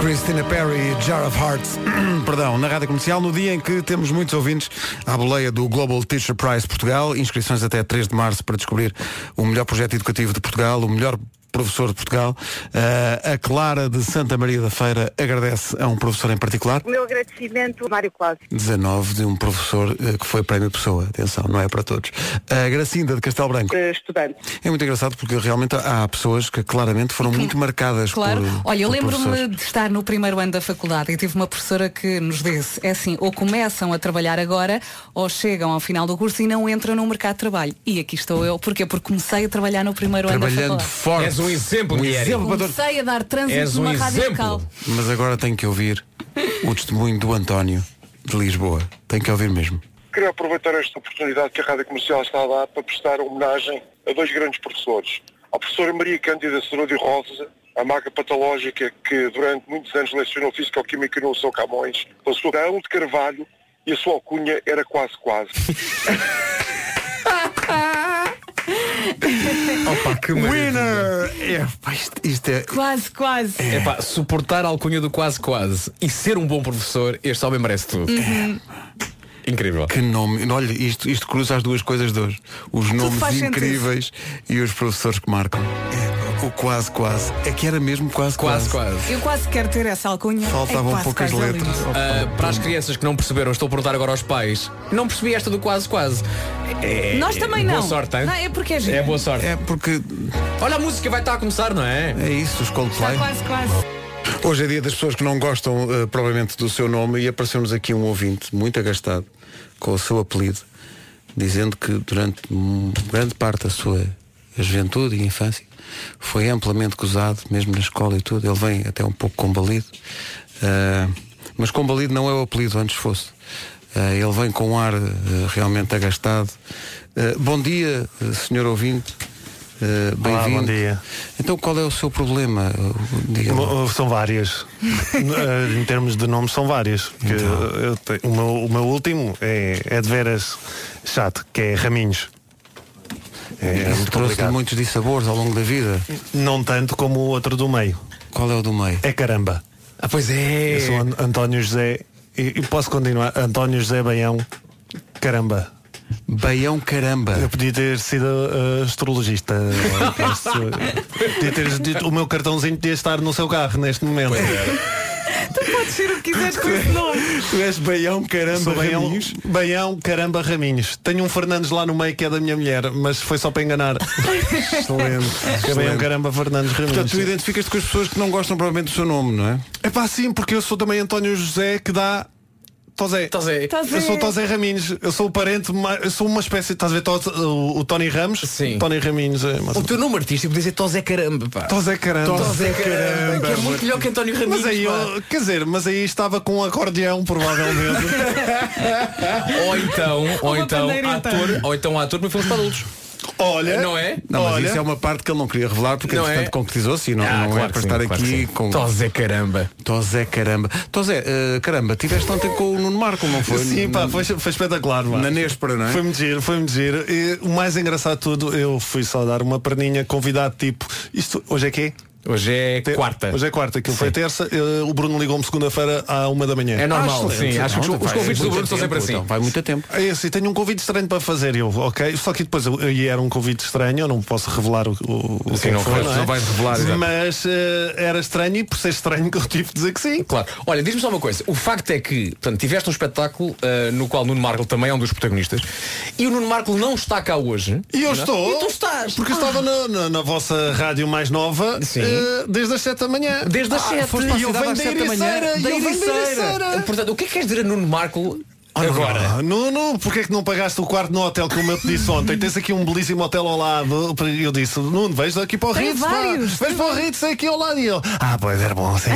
S2: Christina Perry e Jar of Hearts, (clears throat) perdão, na rádio comercial, no dia em que temos muitos ouvintes à boleia do Global Teacher Prize Portugal, inscrições até 3 de março para descobrir o melhor projeto educativo de Portugal, o melhor professor de Portugal. Ah, a Clara de Santa Maria da Feira agradece a um professor em particular,
S10: O meu agradecimento, Mário Cláudio.
S2: 19 de um professor eh, que foi prémio pessoa, atenção, não é para todos. A Gracinda de Castelo Branco.
S10: Estudante.
S2: É muito engraçado porque realmente há pessoas que claramente foram muito marcadas
S4: Claro.
S2: por
S4: Olha, eu
S2: por
S4: lembro-me
S2: professores.
S4: de estar no primeiro ano da faculdade e tive uma professora que nos disse, é assim, ou começam a trabalhar agora, ou chegam ao final do curso e não entram no mercado de trabalho. E aqui estou eu, porquê? Porque comecei a trabalhar no primeiro ano
S2: Trabalhando
S4: da
S2: forte.
S4: faculdade.
S1: És um exemplo, um
S2: um
S1: Mieri.
S2: exemplo um para todos.
S4: Comecei a dar trânsito numa rádio local.
S2: Mas agora tenho que ouvir o testemunho do António de Lisboa. Tenho que ouvir mesmo.
S13: Queria aproveitar esta oportunidade que a Rádio Comercial está a dar para prestar homenagem a dois grandes professores. A professora Maria Cândida Cerúdio Rosa, a maga patológica que durante muitos anos lecionou Físico-Química no São Camões, pela sua Adão de Carvalho e a sua alcunha era quase quase.
S1: (laughs) Opa, que
S2: Winner! É, pá, isto, isto é.
S4: Quase, quase.
S1: É pá, suportar a alcunha do quase quase e ser um bom professor, este homem merece tudo.
S2: É,
S4: Uhum.
S1: Incrível.
S2: Que nome. Olha, isto, isto cruza as duas coisas de hoje. Os nomes
S4: faz sentido.
S2: incríveis e os professores que marcam. É, pá, o quase, quase. É que era mesmo quase, quase.
S4: Eu quase quero ter essa alcunha.
S2: Faltavam
S4: É quase,
S2: poucas
S4: quase
S2: letras.
S4: lindo.
S1: Ah, para as crianças que não perceberam, estou a perguntar agora aos pais. Não percebi esta do quase quase. É-
S4: Nós também não.
S1: Boa sorte, hein?
S4: Não, é porque é giro.
S1: É boa sorte.
S2: É porque.
S1: Olha a música, vai estar a começar, não é?
S2: É isso, os Coldplay.
S4: Quase, quase.
S2: Hoje é dia das pessoas que não gostam eh, propriamente do seu nome e apareceu-nos aqui um ouvinte muito agastado com o seu apelido, dizendo que durante hum, grande parte da sua juventude e infância foi amplamente gozado, mesmo na escola e tudo. Ele vem até um pouco combalido, eh, mas combalido não é o apelido, antes fosse. Eh, ele vem com um ar eh, realmente agastado. Eh, bom dia, eh, senhor ouvinte. Eh,
S21: Olá,
S2: Bem-vindo.
S21: bom dia.
S2: Então qual é o seu problema? Eh, Diga lá.
S21: Mo- São várias. (laughs) Eh, em termos de nomes, são várias. Que
S2: Então.
S21: eu te- o, meu, o meu último é, é de veras chato, que é Raminhos. É
S2: Isso
S21: muito
S2: trouxe
S21: complicado.
S2: muitos dissabores ao longo da vida.
S21: Não tanto como o outro do meio.
S2: Qual é o do meio?
S21: É caramba.
S1: Ah, pois é.
S21: Eu sou An- António José e, e posso continuar. António José Baião Caramba.
S2: Baião Caramba.
S21: Eu podia ter sido eh,
S2: (laughs)
S21: astrologista. podia ter dito, o meu cartãozinho podia estar no seu carro neste momento.
S4: Tu podes ser o que quiseres com esse nome.
S2: Tu és Baião Caramba
S21: Sou Baião, Baião Caramba Raminhos. Tenho um Fernandes lá no meio que é da minha mulher, mas foi só para enganar. Excelente. Que é Baião
S2: Excelente.
S21: Caramba Fernandes Raminhos.
S2: Portanto, tu identificas-te com as pessoas que não gostam provavelmente do seu nome, não é?
S21: É pá, sim, porque eu sou também António José que dá. Tozé.
S1: Tozé.
S21: Eu sou o Tozé Raminhos. Eu sou o parente, ma- eu sou uma espécie. Estás a ver Toz- o, o Tony Ramos? Sim. Tony Raminhos. É, mas...
S1: O teu nome artístico podia ser Tozé Caramba, pá.
S21: Tozé Caramba.
S1: Tozé Caramba. Que é muito melhor que António Raminhos.
S21: Mas aí,
S1: pá.
S21: eu, quer dizer, mas aí estava com um
S1: (laughs)
S21: acordeão, provavelmente.
S1: Ou então,
S4: (laughs)
S1: ou
S21: Uma
S1: então,
S21: pandeireta.
S1: ator, ou então ator para filmes para adultos.
S21: Olha.
S1: Não é?
S2: Não, mas
S1: Olha.
S2: isso é uma parte que ele não queria revelar porque
S1: Não
S2: entretanto
S1: é?
S2: concretizou-se e não,
S1: Ah,
S2: não
S1: claro
S2: é
S1: que
S2: para
S1: sim,
S2: estar
S1: claro que
S2: aqui
S1: sim.
S2: com.
S1: Tozé Caramba.
S2: Tozé Caramba. Tozé, eh, caramba, tiveste ontem com o Nuno Marco, não foi?
S21: Sim, pá,
S2: Na-
S21: foi, foi espetacular, pá.
S2: Na Néspera, não é?
S21: Foi-me giro, foi-me giro. E o mais engraçado de tudo, eu fui só dar uma perninha, convidado tipo, isto hoje é quê?
S1: Hoje é quarta.
S21: Hoje é quarta, aquilo foi terça, eh, o Bruno ligou-me segunda-feira à uma da manhã.
S1: É normal,
S21: excelente.
S1: sim, acho que os-
S21: Não,
S1: os
S21: vai
S1: convites do
S21: muito
S1: Bruno são
S21: tempo,
S1: sempre assim.
S21: então.
S2: Vai muito a tempo.
S21: É assim, tenho um convite estranho para fazer eu, ok? Só que depois eu, e era um convite estranho, eu não posso revelar o, o, o que
S1: Sim,
S21: é
S1: não
S21: que foi,
S1: vais-
S21: é?
S1: não vais revelar, exato.
S21: Mas eh, era estranho e por ser estranho que eu tive de dizer que sim.
S1: Claro. Olha, diz-me só uma coisa. O facto é que, portanto, tiveste um espetáculo ah, no qual Nuno Marco também é um dos protagonistas e o Nuno Marco não está cá hoje.
S21: E eu
S1: Não? Então Ah.
S21: estou. Porque eu estava na, na- na vossa rádio mais nova eh, desde as 7 da manhã.
S1: Desde as
S21: Ah,
S1: 7
S21: foste para a
S1: e eu
S21: cidade
S1: venho
S21: às
S1: da
S21: sete da
S1: Ericeira,
S21: manhã.
S1: e
S21: Da
S1: eu venho da
S21: Ericeira.
S1: Ericeira. Portanto, o que é que queres dizer a Nuno Marco
S21: Agora, Ah, Nuno, porque é que não pagaste o quarto no hotel como eu te disse ontem? Tens aqui um belíssimo hotel ao lado. Eu disse, Nuno, vais aqui para o
S5: Tem
S21: Ritz. pá.
S5: vários,
S21: Vais para o Ritz aqui ao lado. E eu, ah, pois era bom, sim.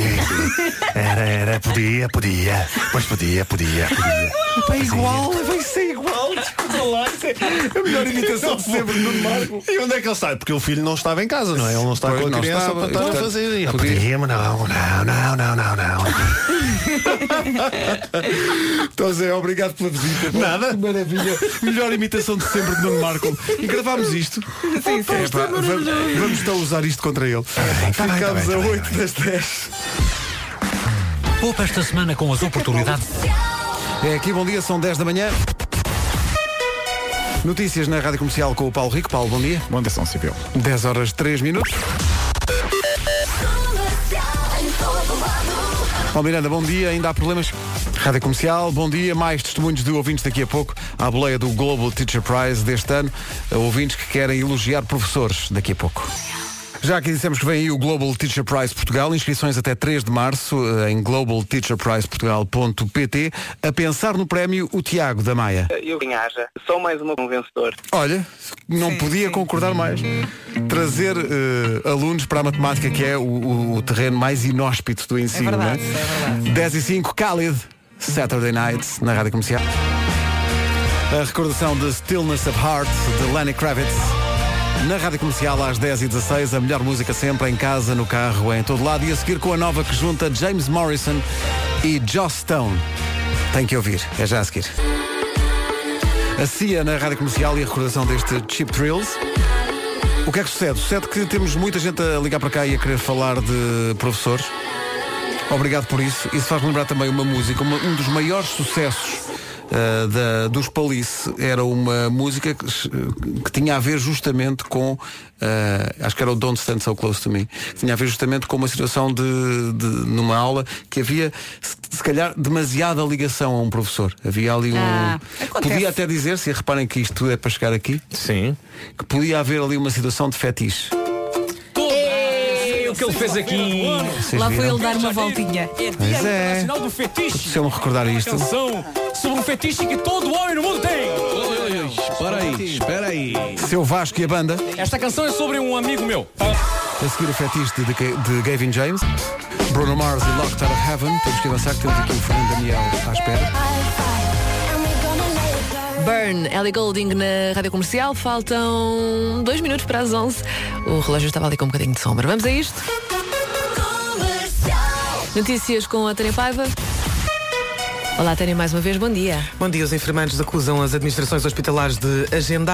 S21: Era, era, podia, podia. Pois podia, podia, podia.
S5: É igual,
S21: vai ser igual. Desculpa lá, isso é a
S5: melhor imitação de
S21: sempre no Marco. E onde é que ele sai? Porque o filho não estava em casa, não é? Ele não está
S5: Pois,
S21: com a
S5: não
S21: criança
S5: estava,
S21: para estar
S5: portanto,
S21: a fazer. E eu,
S5: podia.
S21: Podia, mas não, não, não, não, não, não.
S2: (laughs) Então, Zé, obrigado pela visita. Nada. Maravilha. Melhor imitação de sempre de Nuno Marco. E gravámos isto.
S5: sim.
S2: Opa, isto é
S5: Epá,
S2: vamos-
S5: maravilhoso.
S2: Vamos então usar isto contra ele.
S9: Tá
S2: Ficámos a 8 das 10.
S9: Poupa esta semana com as oportunidades.
S2: É aqui, bom dia, são 10 da manhã. Notícias na Rádio Comercial com o Paulo Rico. Paulo, bom dia. Bom dia, São Civil. 10 horas 3 minutos. Paulo Miranda, bom dia. Ainda há problemas? Rádio Comercial, bom dia. Mais testemunhos de ouvintes daqui a pouco à boleia do Global Teacher Prize deste ano. Eh, Ouvintes que querem elogiar professores daqui a pouco. Já aqui dissemos que vem aí o Global Teacher Prize Portugal, inscrições até 3 de março eh, em globalteacherprizeportugal.pt. A pensar no prémio, o Tiago da Maia.
S19: Eu ganhar, só mais uma, um vencedor.
S2: Olha, não podia concordar mais. Trazer eh, alunos para a matemática, que é o, o- o terreno mais inóspito do ensino,
S5: verdade,
S2: não é? 10 e 5, Khalid, Saturday Night, na Rádio Comercial. A recordação de Stillness of Heart, de Lenny Kravitz. Na Rádio Comercial, às 10h16, a melhor música sempre, em casa, no carro, em todo lado. E a seguir com a nova que junta James Morrison e Joss Stone. Tem que ouvir, é já a seguir. A CIA na Rádio Comercial e a recordação deste Chip Thrills. O que é que sucede? Sucede que temos muita gente a ligar para cá e a querer falar de professores. Obrigado por isso. Isso faz lembrar também uma música, uma- um dos maiores sucessos ah, da- dos Palice era uma música que, se- que tinha a ver justamente com ah, acho que era o Don't Stand So Close to Me que tinha a ver justamente com uma situação de, de- numa aula que havia se, se calhar demasiada ligação a um professor havia ali um
S5: Ah,
S2: podia até dizer-se e reparem que isto tudo é para chegar aqui sim que podia haver ali uma situação de fetiche
S22: o que ele fez aqui.
S2: Vocês
S4: É. Lá
S2: viram?
S4: foi ele dar uma voltinha.
S2: Pois é. Internacional
S22: do fetiche.
S2: se eu me recordar isto
S22: sobre um fetiche que todo homem no mundo tem.
S2: Espera aí, espera aí. Seu Vasco e a banda.
S22: Esta canção é sobre um amigo meu.
S2: A seguir o fetiche de, de Gavin James. Bruno Mars e Locked Out of Heaven. Temos que avançar que temos aqui o Fernando Daniel à espera.
S23: Burn, Ellie Golding na rádio comercial. Faltam dois minutos para as 11. O relógio estava ali com um bocadinho de sombra. Vamos a isto? Notícias com a Tânia Paiva. Olá, Tânia, mais uma vez. Bom dia.
S24: Bom dia. Os enfermeiros acusam as administrações hospitalares de agendar